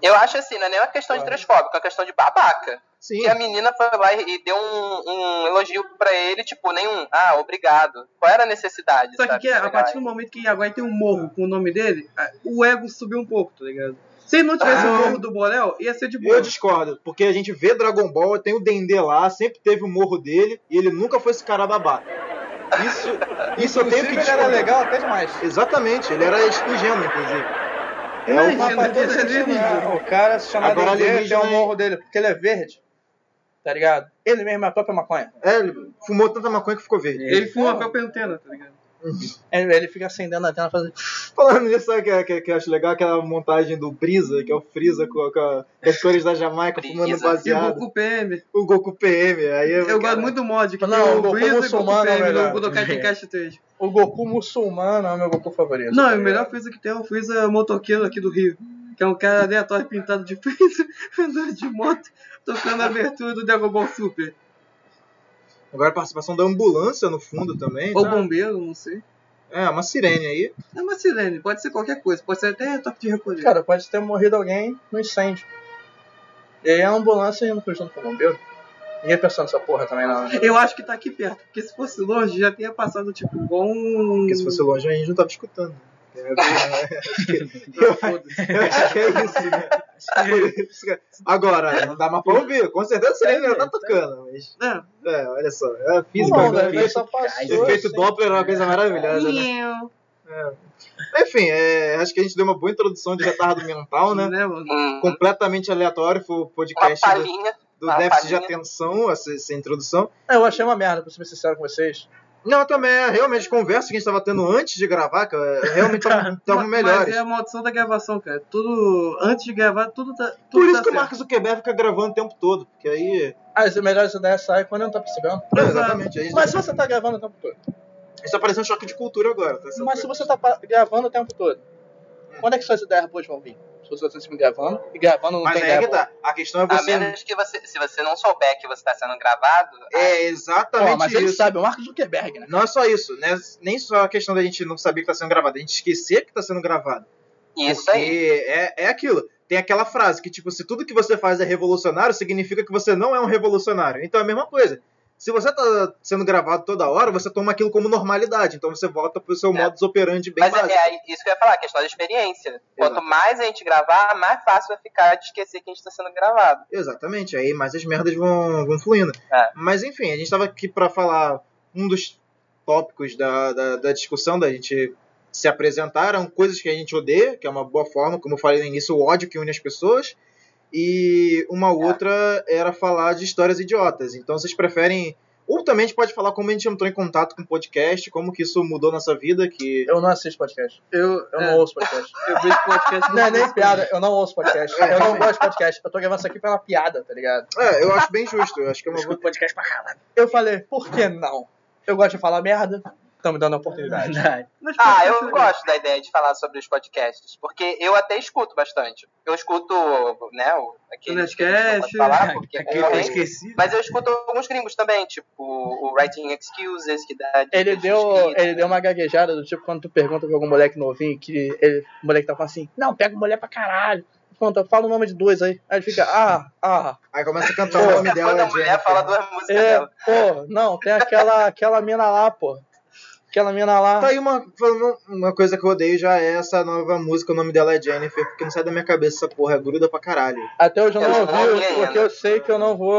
Speaker 4: Eu acho assim, não é nem uma questão
Speaker 1: Ah.
Speaker 4: de transfóbico, é uma questão de babaca.
Speaker 1: Sim.
Speaker 4: E a menina foi lá e e deu um, um elogio pra ele, tipo, nenhum. Ah, obrigado. Qual era a necessidade?
Speaker 3: Só que,
Speaker 4: sabe,
Speaker 3: que é, a
Speaker 4: chegar aí?
Speaker 3: partir do momento que agora tem um morro com o nome dele, a- o ego subiu um pouco, tá ligado? Se não tivesse
Speaker 5: Ah.
Speaker 3: o morro do Borel, ia ser de boa.
Speaker 1: Eu discordo, porque a gente vê Dragon Ball, tem o Dendê lá, sempre teve o morro dele, e ele nunca foi esse cara babaca. Isso, isso eu tenho que
Speaker 5: Inclusive, ele
Speaker 1: discordar.
Speaker 5: era legal até demais.
Speaker 1: Exatamente, ele era ingênuo, inclusive. É
Speaker 3: Não,
Speaker 1: o-
Speaker 3: isso
Speaker 5: Mas pra
Speaker 3: não
Speaker 5: todo
Speaker 3: é
Speaker 5: sentido,
Speaker 3: alienígena.
Speaker 5: o cara se chamar
Speaker 1: Agora,
Speaker 5: Dendê tem
Speaker 1: alienígena
Speaker 5: o
Speaker 1: é-
Speaker 5: morro dele, porque ele é verde. Tá ligado? Ele mesmo é a própria maconha.
Speaker 1: é, ele fumou tanta maconha que ficou verde.
Speaker 3: Ele fuma a própria antena, tá ligado?
Speaker 5: Ele, ele fica acendendo a tela fazendo.
Speaker 1: Falando nisso, sabe o que, é- que, é- que eu acho legal? Aquela montagem do Brisa, que é o Freeza com, com a- com as cores da Jamaica fumando
Speaker 4: Freeza.
Speaker 3: E o
Speaker 1: baseado.
Speaker 3: Goku PM.
Speaker 1: O Goku PM. Aí
Speaker 3: Eu gosto muito do mod, que
Speaker 5: Não,
Speaker 3: tem
Speaker 5: o Goku
Speaker 3: Breeza e
Speaker 5: muçulmano é
Speaker 3: PM
Speaker 5: melhor.
Speaker 3: no Budokai Tenkaichi 3.
Speaker 5: O Goku muçulmano é o meu Goku favorito.
Speaker 3: Não,
Speaker 5: tá
Speaker 3: e o melhor
Speaker 5: ligado?
Speaker 3: Freeza que tem é o Freeza motoqueiro aqui do Rio. Que é um cara aleatório pintado de Freeza, andando de moto, tocando a abertura do Dragon Ball Super.
Speaker 1: Agora a participação da ambulância no fundo também.
Speaker 3: Ou
Speaker 1: tá?
Speaker 5: Então.
Speaker 3: bombeiro, não sei.
Speaker 1: É, uma sirene aí.
Speaker 3: É uma sirene, pode ser qualquer coisa, pode ser até toque de recolher.
Speaker 5: Cara, pode ter morrido alguém no incêndio. E aí a ambulância indo pro junto com o bombeiro. Ninguém pensou nessa porra também, não.
Speaker 3: Eu acho que tá aqui perto, porque se fosse longe já teria passado tipo igual um.
Speaker 1: Porque se fosse longe a gente não tava escutando. É, eu
Speaker 3: Foda-se.
Speaker 1: acho que é isso, né? Por isso que- Agora, não dá mais pra ouvir. Com certeza a sirene ainda tá tocando. Mas,
Speaker 3: Não.
Speaker 1: é, olha só. É a física.
Speaker 5: Não,
Speaker 1: né?
Speaker 5: velho, mas só
Speaker 1: Esse
Speaker 5: passou.
Speaker 1: efeito
Speaker 5: assim.
Speaker 1: Doppler é uma coisa maravilhosa, né? Enfim, é, acho que a gente deu uma boa introdução de retardo mental, né?
Speaker 3: Né, mano?
Speaker 4: Hum,
Speaker 1: Completamente aleatório foi o
Speaker 4: uma
Speaker 1: podcast do,
Speaker 4: palhinha.
Speaker 1: do
Speaker 4: uma
Speaker 1: déficit de
Speaker 4: palhinha.
Speaker 1: atenção, essa, essa introdução.
Speaker 5: É, Eu achei uma merda, pra ser sincero com vocês.
Speaker 1: Não, eu também, é, realmente, conversa que a gente tava tendo antes de gravar, que é, realmente estavam
Speaker 3: Ma-
Speaker 1: melhores.
Speaker 3: Mas é a maldição da gravação, cara. Tudo. Antes de gravar, tudo tá. Tudo
Speaker 1: Por isso
Speaker 3: tá
Speaker 1: que o
Speaker 3: certo.
Speaker 1: Marcos Zuckerberg fica gravando o tempo todo, porque aí...
Speaker 5: As melhores ideias saem quando eu não tá percebendo.
Speaker 3: é.
Speaker 1: Não, exatamente, aí a gente,
Speaker 5: Mas se você tá gravando o tempo todo.
Speaker 1: a gente tá parecendo um choque de cultura agora. Tá sendo-
Speaker 5: Mas se você tá pa- gravando o tempo todo, quando é que suas ideias boas vão vir? Se você tá sempre gravando, e gravando não
Speaker 1: Mas
Speaker 5: tem
Speaker 1: aí é
Speaker 5: ideia
Speaker 1: que
Speaker 5: boa.
Speaker 1: tá, a questão é
Speaker 4: A
Speaker 1: você...
Speaker 4: menos que você, se você não souber que você está sendo gravado,
Speaker 1: É
Speaker 5: Pô,
Speaker 1: exatamente
Speaker 5: mas
Speaker 1: isso.
Speaker 5: ele sabe, é o Mark Zuckerberg, né?
Speaker 1: Não é só isso, né? Nem só a questão da gente não saber que tá sendo gravado, a gente esquecer que tá sendo gravado.
Speaker 4: isso
Speaker 1: Porque
Speaker 4: aí.
Speaker 1: É, é aquilo. Tem aquela frase que, tipo, se tudo que você faz é revolucionário, significa que você não é um revolucionário. Então é a mesma coisa. Se você tá sendo gravado toda hora, você toma aquilo como normalidade. Então você volta pro seu
Speaker 4: É.
Speaker 1: modus operandi bem
Speaker 4: Mas
Speaker 1: básico.
Speaker 4: é, é isso que eu ia falar, a questão da experiência. Quanto
Speaker 1: Exato.
Speaker 4: mais a gente gravar, mais fácil vai ficar de esquecer que a gente está sendo gravado.
Speaker 1: Exatamente. Aí mais as merdas vão, vão fluindo.
Speaker 4: É.
Speaker 1: Mas enfim, a gente tava aqui pra falar um dos tópicos da, da, da discussão, da gente se apresentar, eram coisas que a gente odeia, que é uma boa forma, como eu falei no início, o ódio que une as pessoas. E uma
Speaker 4: É.
Speaker 1: outra era falar de histórias idiotas. Então vocês preferem. Ou também a gente pode falar como a gente entrou em contato com o podcast, como que isso mudou nossa vida, que.
Speaker 5: Eu não assisto podcast.
Speaker 3: Eu,
Speaker 5: Eu
Speaker 3: é,
Speaker 5: não ouço podcast.
Speaker 3: eu vejo podcast no
Speaker 5: Não é nem
Speaker 3: Facebook.
Speaker 5: piada, eu não ouço podcast.
Speaker 1: É,
Speaker 5: Eu não
Speaker 1: realmente.
Speaker 5: gosto de podcast. Eu tô gravando isso aqui pela piada, tá ligado?
Speaker 1: É, eu acho bem justo. Eu acho que é
Speaker 7: Eu
Speaker 1: uma boa.
Speaker 7: escuto podcast pra caralho.
Speaker 5: Eu falei, por que não? Eu gosto de falar merda, estão me dando a oportunidade.
Speaker 7: Verdade.
Speaker 3: Mas
Speaker 4: Ah,
Speaker 3: podcast é
Speaker 4: eu
Speaker 3: legal.
Speaker 4: gosto da ideia de falar sobre os podcasts, porque eu até escuto bastante. Eu escuto, né, o, aquele que a gente não pode
Speaker 3: Nerdcast.
Speaker 4: falar, porque
Speaker 7: Aqui
Speaker 4: é
Speaker 7: eu
Speaker 4: ruim.
Speaker 7: esqueci.
Speaker 4: Mas eu escuto alguns gringos também, tipo o Writing Excuses, que dá dicas
Speaker 5: Ele
Speaker 4: de
Speaker 5: deu,
Speaker 4: escrita.
Speaker 5: ele deu uma gaguejada do tipo quando tu pergunta pra algum moleque novinho que ele, o moleque tá falando assim, não, pega mulher pra caralho. Conta, fala o nome de dois aí. Aí ele fica, ah, ah,
Speaker 1: Aí começa a cantar o nome dela.
Speaker 4: Quando a
Speaker 1: é
Speaker 4: mulher
Speaker 1: Jennifer.
Speaker 4: fala duas músicas
Speaker 5: é,
Speaker 4: dela.
Speaker 5: pô, não, tem aquela, aquela mina lá, pô. Aquela mina
Speaker 1: Tá
Speaker 5: lá.
Speaker 1: aí uma, falando uma coisa que eu odeio já é essa nova música, o nome dela é Jennifer, porque não sai da minha cabeça essa porra, é gruda pra caralho.
Speaker 5: Até hoje eu não
Speaker 4: Eu não ouvi
Speaker 5: ouvi,
Speaker 4: ainda.
Speaker 5: porque eu sei que eu não vou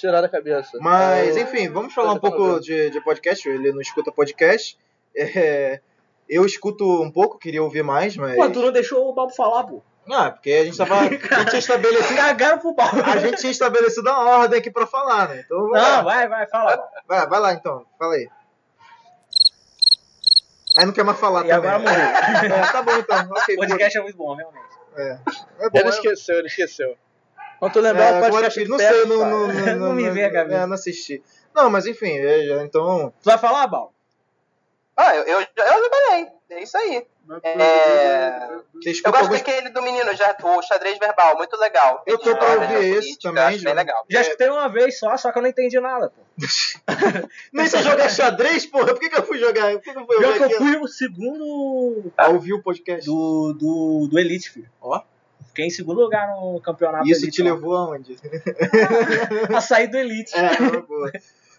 Speaker 5: tirar da cabeça.
Speaker 1: né? Mas,
Speaker 5: Eu-
Speaker 1: enfim, vamos falar um
Speaker 5: eu tô
Speaker 1: pouco
Speaker 5: ouvindo.
Speaker 1: de, de podcast, ele não escuta podcast. É, eu escuto um pouco, queria ouvir mais, mas...
Speaker 7: Pô, tu não deixou o Balbo falar, pô.
Speaker 1: Ah, porque a gente tava... A gente tinha estabelecido,
Speaker 7: Cagaram pro Balbo.
Speaker 1: a gente tinha estabelecido a ordem aqui pra falar, né? Então, vamos
Speaker 7: Não,
Speaker 1: lá.
Speaker 7: vai, vai, fala. Balbo.
Speaker 1: Vai, vai lá então, fala aí. Aí não quer mais falar
Speaker 2: E agora
Speaker 1: também.
Speaker 2: morreu.
Speaker 1: É, tá bom então. Ok,
Speaker 2: O podcast é muito bom, realmente.
Speaker 1: morreu. É. É bom,
Speaker 5: Ele
Speaker 1: é-
Speaker 5: esqueceu, ele esqueceu. Quando tu
Speaker 1: É,
Speaker 5: lembrar, o
Speaker 1: Glória
Speaker 5: podcast
Speaker 1: Pires, não
Speaker 5: pega,
Speaker 1: sei, não,
Speaker 5: fala.
Speaker 1: não, não,
Speaker 2: Não me vê, Gabi.
Speaker 1: é, não assisti. Não, mas enfim, é, já, então.
Speaker 2: Tu vai falar, Bal?
Speaker 4: Ah, eu, eu, já- eu liberei. É isso aí. É,
Speaker 1: Você
Speaker 4: Eu
Speaker 1: escuta
Speaker 4: gosto
Speaker 1: alguns.
Speaker 4: daquele do menino, já, o xadrez verbal, muito legal.
Speaker 1: Eu tô
Speaker 4: Ele
Speaker 1: pra
Speaker 4: fala
Speaker 1: ouvir
Speaker 4: de
Speaker 1: esse
Speaker 4: política,
Speaker 1: também, né?
Speaker 4: acho bem
Speaker 1: João.
Speaker 4: legal.
Speaker 2: Já escutei uma vez só, só que eu não entendi nada, pô.
Speaker 1: Nem se eu jogar xadrez, porra, por que, que eu fui jogar? Por que, que eu fui
Speaker 2: Pior que
Speaker 1: jogar aqui?
Speaker 2: eu fui o segundo
Speaker 1: Ah, ouvi o podcast.
Speaker 2: do, do, do Elite, filho.
Speaker 5: Ó.
Speaker 2: Fiquei em segundo lugar no campeonato
Speaker 1: E isso
Speaker 2: Elite,
Speaker 1: te
Speaker 2: lá.
Speaker 1: levou aonde?
Speaker 2: a sair do Elite.
Speaker 1: É, uma boa.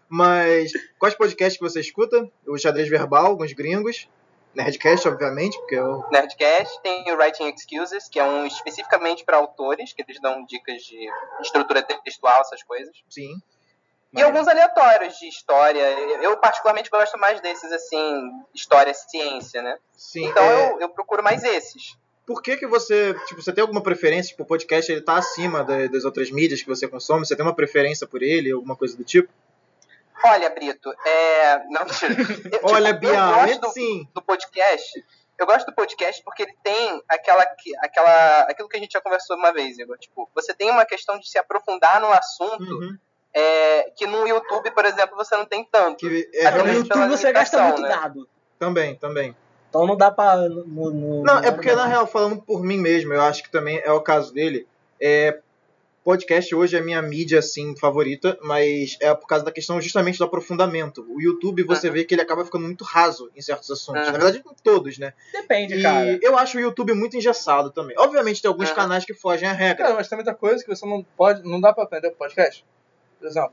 Speaker 1: Mas quais podcasts que você escuta? O xadrez verbal, alguns gringos. Nerdcast, obviamente, porque eu.
Speaker 4: Nerdcast, tem o Writing Excuses, que é um especificamente para autores, que eles dão dicas de estrutura textual, essas coisas.
Speaker 1: Sim.
Speaker 4: E alguns aleatórios de história. Eu particularmente gosto mais desses, assim, história, ciência, né?
Speaker 1: Sim.
Speaker 4: então
Speaker 1: é,
Speaker 4: eu, eu procuro mais esses.
Speaker 1: Por que, que você. Tipo, você tem alguma preferência? Tipo, o podcast ele tá acima da- das outras mídias que você consome? Você tem uma preferência por ele, alguma coisa do tipo?
Speaker 4: Olha, Brito, é... Não, mentira. Eu,
Speaker 1: Olha,
Speaker 4: tipo, eu
Speaker 1: Bia,
Speaker 4: gosto
Speaker 1: é
Speaker 4: do-
Speaker 1: sim.
Speaker 4: do podcast, eu gosto do podcast porque ele tem aquela, que- aquela, aquilo que a gente já conversou uma vez, Igor. Tipo, você tem uma questão de se aprofundar num assunto
Speaker 1: Uhum.
Speaker 4: é, que no YouTube, por exemplo, você não tem tanto.
Speaker 1: Que, é,
Speaker 4: Até
Speaker 2: No
Speaker 1: realmente,
Speaker 4: mesmo-
Speaker 2: YouTube
Speaker 4: pela
Speaker 2: você gasta muito
Speaker 4: limitação, né?
Speaker 2: dado.
Speaker 1: também, também.
Speaker 2: Então não dá pra. no- no- no-
Speaker 1: Não, é porque, na real, falando por mim mesmo, eu acho que também é o caso dele. É, podcast hoje é a minha mídia, assim, favorita, mas é por causa da questão justamente do aprofundamento. O YouTube, você
Speaker 4: Uhum.
Speaker 1: vê que ele acaba ficando muito raso em certos assuntos.
Speaker 4: Uhum.
Speaker 1: Na verdade, em todos, né?
Speaker 2: Depende, cara.
Speaker 1: E eu acho o YouTube muito engessado também. Obviamente, tem alguns
Speaker 4: Uhum.
Speaker 1: canais que fogem à regra.
Speaker 5: Cara, É mas tem muita coisa que você não pode, não dá pra aprender com podcast. Por exemplo,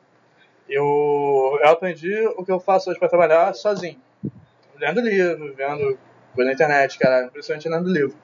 Speaker 5: eu, eu aprendi o que eu faço hoje pra trabalhar sozinho. Lendo livro, vendo coisa na internet, cara, principalmente lendo livro.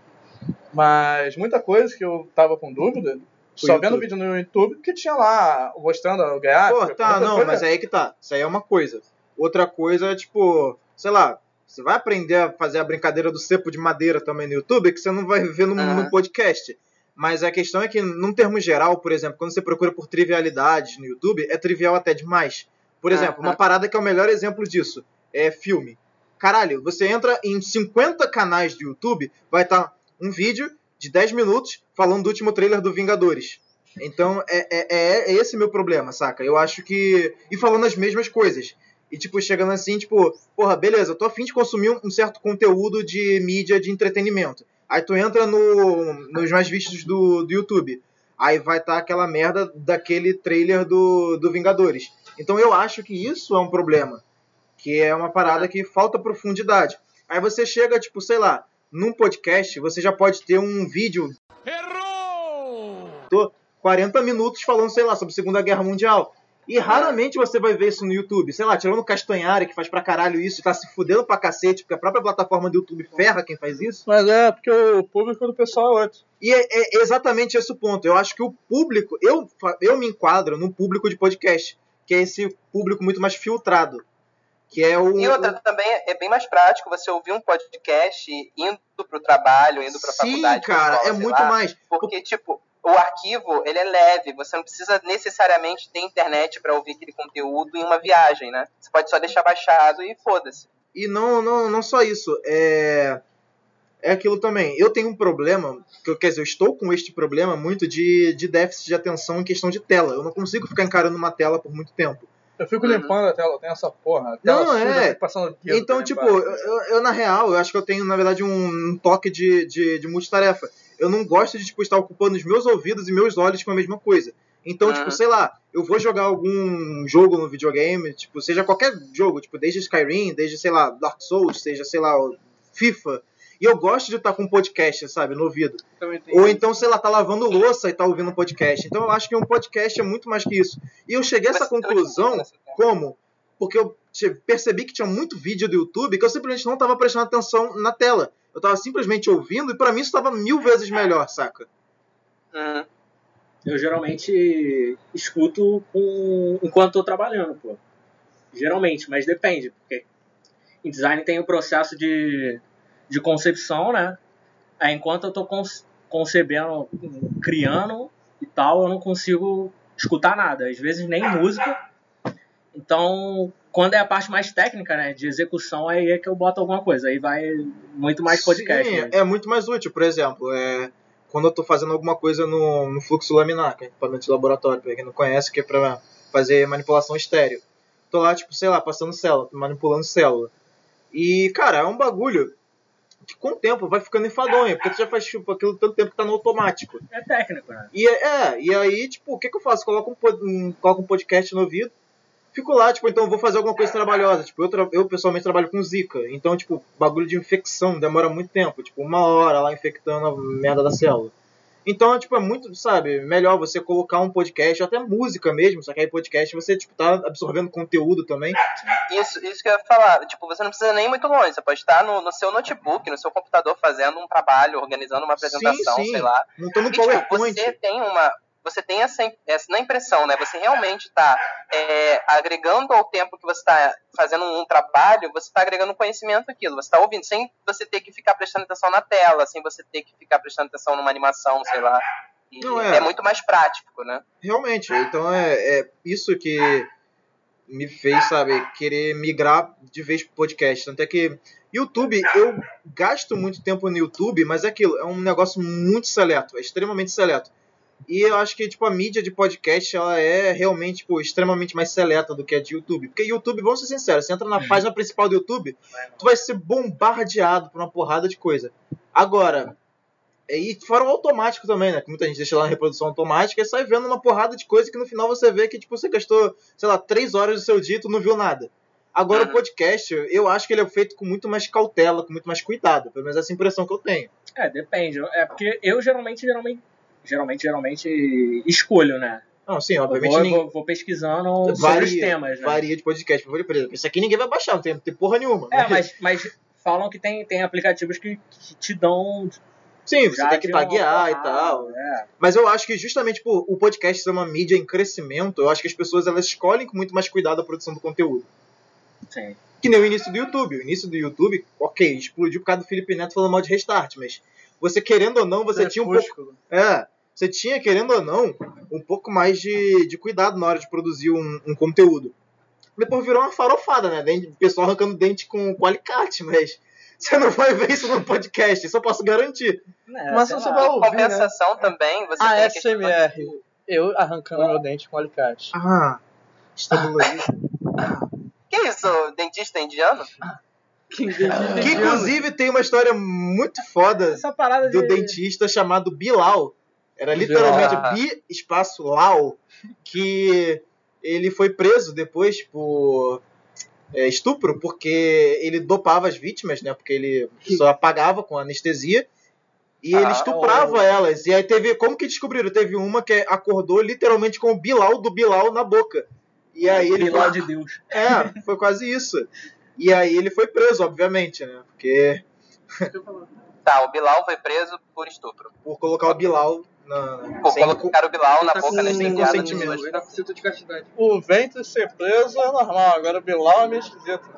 Speaker 5: Mas muita coisa que eu tava com dúvida, só
Speaker 1: YouTube.
Speaker 5: vendo vídeo no YouTube, que tinha lá mostrando o gráfico.
Speaker 1: Pô, tá,
Speaker 5: muita
Speaker 1: não,
Speaker 5: coisa.
Speaker 1: mas aí que tá. Isso aí é uma coisa. Outra coisa é, tipo, sei lá, você vai aprender a fazer a brincadeira do cepo de madeira também no YouTube, que você não vai ver no, no
Speaker 4: Aham.
Speaker 1: podcast. Mas a questão é que, num termo geral, por exemplo, quando você procura por trivialidades no YouTube, é trivial até demais. Por exemplo,
Speaker 4: Aham.
Speaker 1: uma parada que é o melhor exemplo disso é filme. Caralho, você entra em 50 canais do YouTube, vai estar um vídeo de 10 minutos falando do último trailer do Vingadores. Então, é, é, é- é esse meu problema, saca? Eu acho que. E falando as mesmas coisas. E, tipo, chegando assim, tipo, porra, beleza, eu tô afim de consumir um- um certo conteúdo de mídia de entretenimento. Aí tu entra no, nos mais vistos do, do YouTube. Aí vai estar aquela merda daquele trailer do, do Vingadores. Então eu acho que isso é um problema. Que é uma parada que falta profundidade. Aí você chega, tipo, sei lá, num podcast você já pode ter um vídeo. Errou! 40 minutos falando, sei lá, sobre Segunda Guerra Mundial. E raramente você vai ver isso no YouTube. Sei lá, tirando o Castanhari, que faz pra caralho isso, e tá se fudendo pra cacete, porque a própria plataforma do YouTube ferra quem faz isso.
Speaker 5: Mas é, porque o público do pessoal é outro.
Speaker 1: E é, é exatamente esse o ponto. Eu acho que o público, eu, fa- eu me enquadro num público de podcast, que é esse público muito mais filtrado. Que é o.
Speaker 4: E outra também, é bem mais prático você ouvir um podcast indo pro trabalho, indo pra
Speaker 1: Sim,
Speaker 4: faculdade. pra
Speaker 1: cara,
Speaker 4: escola,
Speaker 1: é
Speaker 4: sei
Speaker 1: muito
Speaker 4: lá.
Speaker 1: mais.
Speaker 4: Porque, tipo, o arquivo, ele é leve. Você não precisa necessariamente ter internet pra ouvir aquele conteúdo em uma viagem, né? Você pode só deixar baixado e foda-se.
Speaker 1: E não, não, não só isso, é é aquilo também. Eu tenho um problema, que eu- quer dizer, eu estou com este problema muito de, de déficit de atenção em questão de tela. Eu não consigo ficar encarando uma tela por muito tempo.
Speaker 5: Eu fico
Speaker 4: Uhum.
Speaker 5: limpando a tela, eu tenho essa porra. A tela
Speaker 1: Não,
Speaker 5: suja,
Speaker 1: é.
Speaker 5: eu fico passando o dedo
Speaker 1: Então,
Speaker 5: pra
Speaker 1: tipo,
Speaker 5: limpar.
Speaker 1: eu, eu- eu, na real, eu acho que eu tenho, na verdade, um toque de, de, de multitarefa. Eu não gosto de, tipo, estar ocupando os meus ouvidos e meus olhos com a mesma coisa. Então,
Speaker 4: Uhum.
Speaker 1: tipo, sei lá, eu vou jogar algum jogo no videogame, tipo, seja qualquer jogo, tipo, desde Skyrim, desde, sei lá, Dark Souls, seja, sei lá, o FIFA. E eu gosto de estar com um podcast, sabe, no ouvido.
Speaker 5: Também tem-
Speaker 1: Ou então, sei lá, tá lavando louça e tá ouvindo um podcast. Então eu acho que um podcast é muito mais que isso. E eu cheguei a essa
Speaker 4: Você também
Speaker 1: conclusão
Speaker 4: precisa dessa
Speaker 1: como? Porque eu che- percebi que tinha muito vídeo do YouTube que eu simplesmente não tava prestando atenção na tela. Eu tava simplesmente ouvindo e pra mim isso tava mil vezes melhor, saca?
Speaker 4: Uhum.
Speaker 2: Eu geralmente escuto com... enquanto tô trabalhando, pô. Geralmente, mas depende, porque em design tem o processo de, de concepção, né? Aí enquanto eu tô con- concebendo, criando e tal, eu não consigo escutar nada, às vezes nem música. Então, Quando é a parte mais técnica, né, de execução, aí é que eu boto alguma coisa. Aí vai muito mais podcast.
Speaker 1: Sim,
Speaker 2: né?
Speaker 1: é muito mais útil, por exemplo, é, quando eu tô fazendo alguma coisa no, no fluxo laminar, que é um equipamento de laboratório, pra quem não conhece, que é pra fazer manipulação estéreo. Tô lá, tipo, sei lá, passando célula, manipulando célula. E, cara, é um bagulho que com o tempo vai ficando enfadonho, porque tu já faz, tipo, aquilo tanto tempo que tá no automático.
Speaker 2: É técnico, né?
Speaker 1: E, é, é, e aí, tipo, o que, que eu faço? Coloco um, pod- um- coloco um podcast no ouvido, fico lá, tipo, então eu vou fazer alguma coisa trabalhosa. Tipo, eu, tra- eu pessoalmente trabalho com zika, então, tipo, bagulho de infecção demora muito tempo, tipo, uma hora lá infectando a merda da célula. Então, tipo, é muito, sabe, melhor você colocar um podcast, até música mesmo, só que aí podcast você, tipo, tá absorvendo conteúdo também.
Speaker 4: Isso, isso que eu ia falar. Tipo, você não precisa nem ir muito longe. Você pode estar no, no seu notebook, no seu computador, fazendo um trabalho, organizando uma
Speaker 1: Sim,
Speaker 4: apresentação,
Speaker 1: sim.
Speaker 4: sei lá.
Speaker 1: Montando um
Speaker 4: E, tipo,
Speaker 1: PowerPoint.
Speaker 4: você tem uma. Você tem essa, im- essa na impressão, né? Você realmente está agregando ao tempo que você está fazendo um trabalho, você está agregando conhecimento àquilo. Você está ouvindo, sem você ter que ficar prestando atenção na tela, sem você ter que ficar prestando atenção numa animação, sei lá. E
Speaker 1: Não, é.
Speaker 4: é muito mais prático, né?
Speaker 1: Realmente, então é, é isso que me fez, sabe, querer migrar de vez pro podcast. Tanto é que YouTube, eu gasto muito tempo no YouTube, mas é aquilo, é um negócio muito seleto, é extremamente seleto. E eu acho que, tipo, a mídia de podcast, ela é realmente, tipo, extremamente mais seleta do que a de YouTube. Porque YouTube, vamos ser sinceros, você entra na página principal do YouTube, tu vai ser bombardeado por uma porrada de coisa. Agora, e fora o automático também, né? Que muita gente deixa lá na reprodução automática e sai vendo uma porrada de coisa que no final você vê que, tipo, você gastou, sei lá, três horas do seu dia e tu não viu nada. Agora o
Speaker 4: Uhum.
Speaker 1: podcast, eu acho que ele é feito com muito mais cautela, com muito mais cuidado. Pelo menos essa impressão que eu tenho.
Speaker 2: É, depende. É porque eu geralmente, geralmente, geralmente, geralmente escolho, né?
Speaker 1: Não, sim,
Speaker 2: Eu
Speaker 1: obviamente
Speaker 2: vou,
Speaker 1: ninguém.
Speaker 2: vou- vou pesquisando sobre os
Speaker 1: Varia,
Speaker 2: temas, né?
Speaker 1: varia de podcast. Por exemplo, isso aqui ninguém vai baixar, não tem, não tem porra nenhuma. né?
Speaker 2: É, mas, mas falam que tem, tem aplicativos que, que te dão.
Speaker 1: Sim, você
Speaker 2: já
Speaker 1: tem que
Speaker 2: te dão uma
Speaker 1: paguear e
Speaker 2: porrada,
Speaker 1: tal.
Speaker 2: É.
Speaker 1: Mas eu acho que justamente por o podcast ser uma mídia em crescimento, eu acho que as pessoas elas escolhem com muito mais cuidado a produção do conteúdo.
Speaker 2: Sim.
Speaker 1: Que nem o início do YouTube. O início do YouTube, ok, explodiu por causa do Felipe Neto falando mal de restart, mas você querendo ou não, você tinha um pouco.
Speaker 5: Crepúsculo.
Speaker 1: É, você tinha, querendo ou não, um pouco mais de, de cuidado na hora de produzir um, um conteúdo. Depois virou uma farofada, né? Dente- O pessoal arrancando dente com, com alicate, mas você não vai ver isso no podcast, isso eu posso garantir.
Speaker 2: É,
Speaker 5: Mas
Speaker 2: sei
Speaker 5: se você
Speaker 2: lá.
Speaker 5: vai
Speaker 4: Em
Speaker 5: ouvir, né?
Speaker 4: compensação também, você
Speaker 1: Ah,
Speaker 4: tem
Speaker 5: A
Speaker 4: a
Speaker 1: é
Speaker 4: questão de-
Speaker 5: SMR. Eu arrancando meu dente com alicate.
Speaker 1: Ah, está dolorido.
Speaker 4: Que isso, dentista indiano?
Speaker 1: Que inclusive tem uma história muito foda
Speaker 2: Essa parada de.
Speaker 1: do dentista chamado Bilal. Era literalmente
Speaker 4: Bilal.
Speaker 1: Bi espaço Lau, que ele foi preso depois por é, estupro, porque ele dopava as vítimas, né? Porque ele só apagava com anestesia. E ele
Speaker 4: Ah,
Speaker 1: estuprava
Speaker 4: o-
Speaker 1: elas. E aí teve. Como que descobriram? Teve uma que acordou literalmente com o Bilal do Bilal na boca. E aí ele.
Speaker 2: Pilar de Deus.
Speaker 1: É, foi quase isso. E aí ele foi preso, obviamente, né? Porque
Speaker 4: Tá, o Bilal foi preso por estupro.
Speaker 1: por colocar o Bilal na.
Speaker 4: Por
Speaker 1: sem-
Speaker 4: colocar o Bilal na boca
Speaker 3: um
Speaker 1: sem
Speaker 4: anestesiada de
Speaker 1: consentimento.
Speaker 4: duas.
Speaker 3: Ele tá com cinto de castidade.
Speaker 5: O ventre ser preso é normal, agora o Bilal é meio esquisito.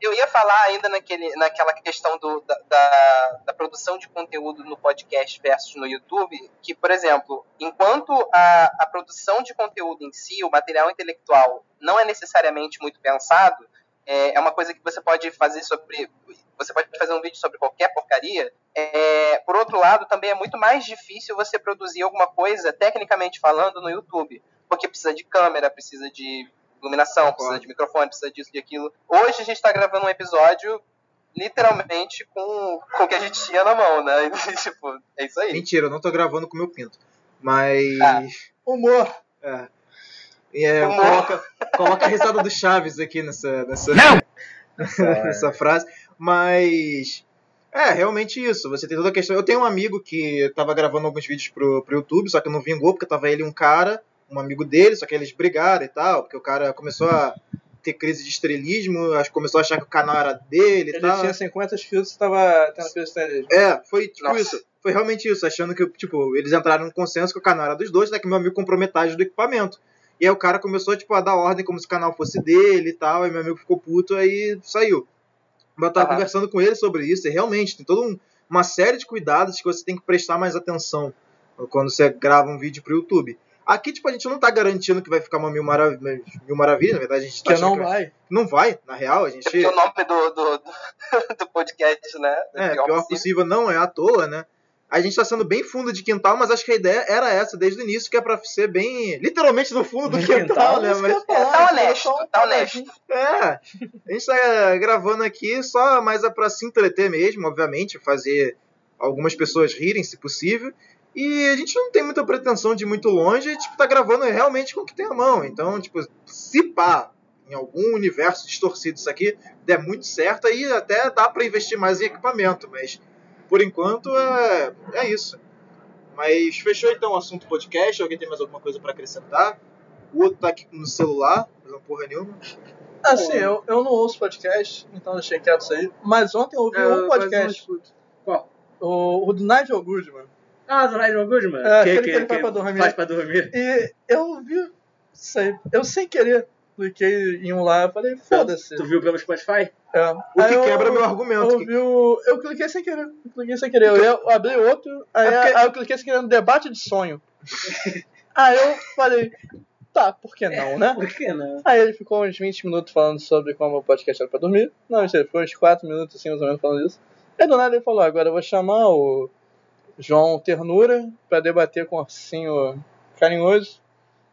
Speaker 4: Eu ia falar ainda naquele, naquela questão do, da, da- da produção de conteúdo no podcast versus no YouTube, que, por exemplo, enquanto a, a produção de conteúdo em si, o material intelectual, não é necessariamente muito pensado, é, é uma coisa que você pode fazer sobre. Você pode fazer um vídeo sobre qualquer porcaria. é, por outro lado, também é muito mais difícil você produzir alguma coisa, tecnicamente falando, no YouTube. Porque precisa de câmera, precisa de iluminação, precisa de microfone, precisa disso, de aquilo. Hoje a gente tá gravando um episódio literalmente com, com o que a gente tinha na mão, né? E, tipo, é isso aí.
Speaker 1: Mentira, eu não tô gravando com o meu pinto. Mas.
Speaker 4: Ah.
Speaker 5: Humor.
Speaker 1: É. E é,
Speaker 4: Humor.
Speaker 1: coloca, coloca a risada do Chaves aqui nessa, nessa, Não! nessa frase. Mas. É, realmente isso. Você tem toda a questão. Eu tenho um amigo que tava gravando alguns vídeos pro, pro YouTube, só que não vingou, porque tava ele e um cara, um amigo dele, só que eles brigaram e tal, porque o cara começou a ter crise de estrelismo, acho- começou a achar que o canal era dele e
Speaker 5: Ele
Speaker 1: tal.
Speaker 5: tinha 50 filhos e tava tendo filhos dele.
Speaker 1: É, foi tipo
Speaker 4: Nossa.
Speaker 1: isso. Foi realmente isso, achando que, tipo, eles entraram num consenso que o canal era dos dois, né? Que meu amigo comprou metade do equipamento. E aí o cara começou, tipo, a dar ordem como se o canal fosse dele e tal, aí meu amigo ficou puto, aí saiu. Mas eu tava
Speaker 4: Aham.
Speaker 1: conversando com ele sobre isso e realmente tem toda um- uma série de cuidados que você tem que prestar mais atenção quando você grava um vídeo pro YouTube. Aqui, tipo, a gente não tá garantindo que vai ficar uma mil, marav mil maravilhas, na verdade, a gente tá
Speaker 5: Que
Speaker 1: achando
Speaker 5: não
Speaker 1: que
Speaker 5: vai.
Speaker 1: não vai, na real, a gente...
Speaker 4: Porque o nome do, do, do, do podcast, né?
Speaker 1: É, pior, possível não é à toa, né? A gente tá sendo bem fundo de quintal, mas acho que a ideia era essa desde o início, que é pra ser bem. literalmente no fundo do
Speaker 2: No
Speaker 1: quintal,
Speaker 2: quintal,
Speaker 1: né?
Speaker 2: isso
Speaker 1: Mas,
Speaker 4: É, tá honesto, tá honesto.
Speaker 1: é, a gente tá gravando aqui só mais é pra se entreter mesmo, obviamente, fazer algumas pessoas rirem, se possível. E a gente não tem muita pretensão de ir muito longe, e, tipo, tá gravando realmente com o que tem à mão. Então, tipo, se pá, em algum universo distorcido isso aqui, der muito certo, aí até dá pra investir mais em equipamento, mas por enquanto é, é isso. Mas fechou então o assunto podcast, alguém tem mais alguma coisa pra acrescentar? O outro tá aqui no celular, não porra nenhuma.
Speaker 5: Assim, eu, eu não ouço podcast, então deixei quieto isso aí. Mas ontem eu ouvi
Speaker 3: É,
Speaker 5: um
Speaker 3: quase não
Speaker 5: podcast.
Speaker 3: escuto.
Speaker 5: O, o do Nigel Goodman.
Speaker 2: Ah, do Nigel Goodman.
Speaker 5: É, aquele que ele faz pra dormir.
Speaker 2: Faz pra dormir.
Speaker 5: E eu ouvi isso aí. Eu sem querer cliquei em um lá e falei, foda-se.
Speaker 2: Tu viu pelo Spotify?
Speaker 5: É.
Speaker 1: O
Speaker 5: Aí
Speaker 1: que
Speaker 5: eu-
Speaker 1: quebra meu
Speaker 5: Eu,
Speaker 1: argumento. que-
Speaker 5: ouvi o- eu cliquei sem querer. Eu cliquei sem querer. Eu, ia- eu abri outro, aí,
Speaker 1: É porque-
Speaker 5: aí eu cliquei sem querer no debate de sonho. aí eu falei, tá, por que não, né?
Speaker 2: Por que não?
Speaker 5: Aí ele ficou uns 20 minutos falando sobre como o podcast era pra dormir. Não, mentira, ele ficou uns 4 minutos assim, mais ou menos, falando isso. Aí do nada ele falou, agora eu vou chamar o João Ternura pra debater com o Orcinho Carinhoso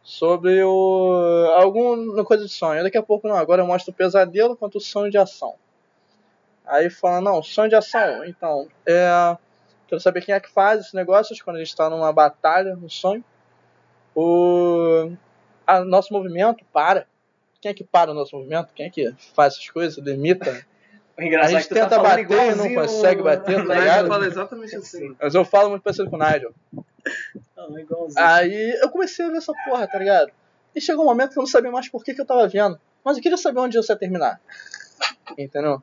Speaker 5: sobre o... alguma coisa de sonho. Daqui a pouco, não, agora eu mostro o pesadelo quanto o sonho de ação. Aí fala, não, sonho de ação, então, é... Quero saber quem é que faz esses negócios quando a gente tá numa batalha, no sonho. O... a- nosso movimento para quem é que para o nosso movimento? Quem é que faz essas coisas, limita?
Speaker 2: O
Speaker 5: A
Speaker 2: engraçado é
Speaker 5: gente
Speaker 2: que tu tá
Speaker 5: tenta
Speaker 2: falando
Speaker 5: bater e não
Speaker 2: igualzinho o-
Speaker 5: consegue bater,
Speaker 3: O
Speaker 5: tá
Speaker 3: Nigel
Speaker 5: ligado?
Speaker 3: fala exatamente assim.
Speaker 5: Mas eu falo muito parecido com o Nigel.
Speaker 2: Não, igualzinho.
Speaker 5: Aí eu comecei a ver essa porra, tá ligado? E chegou um momento que eu não sabia mais por que, que eu tava vendo. Mas eu queria saber onde isso ia terminar. Entendeu?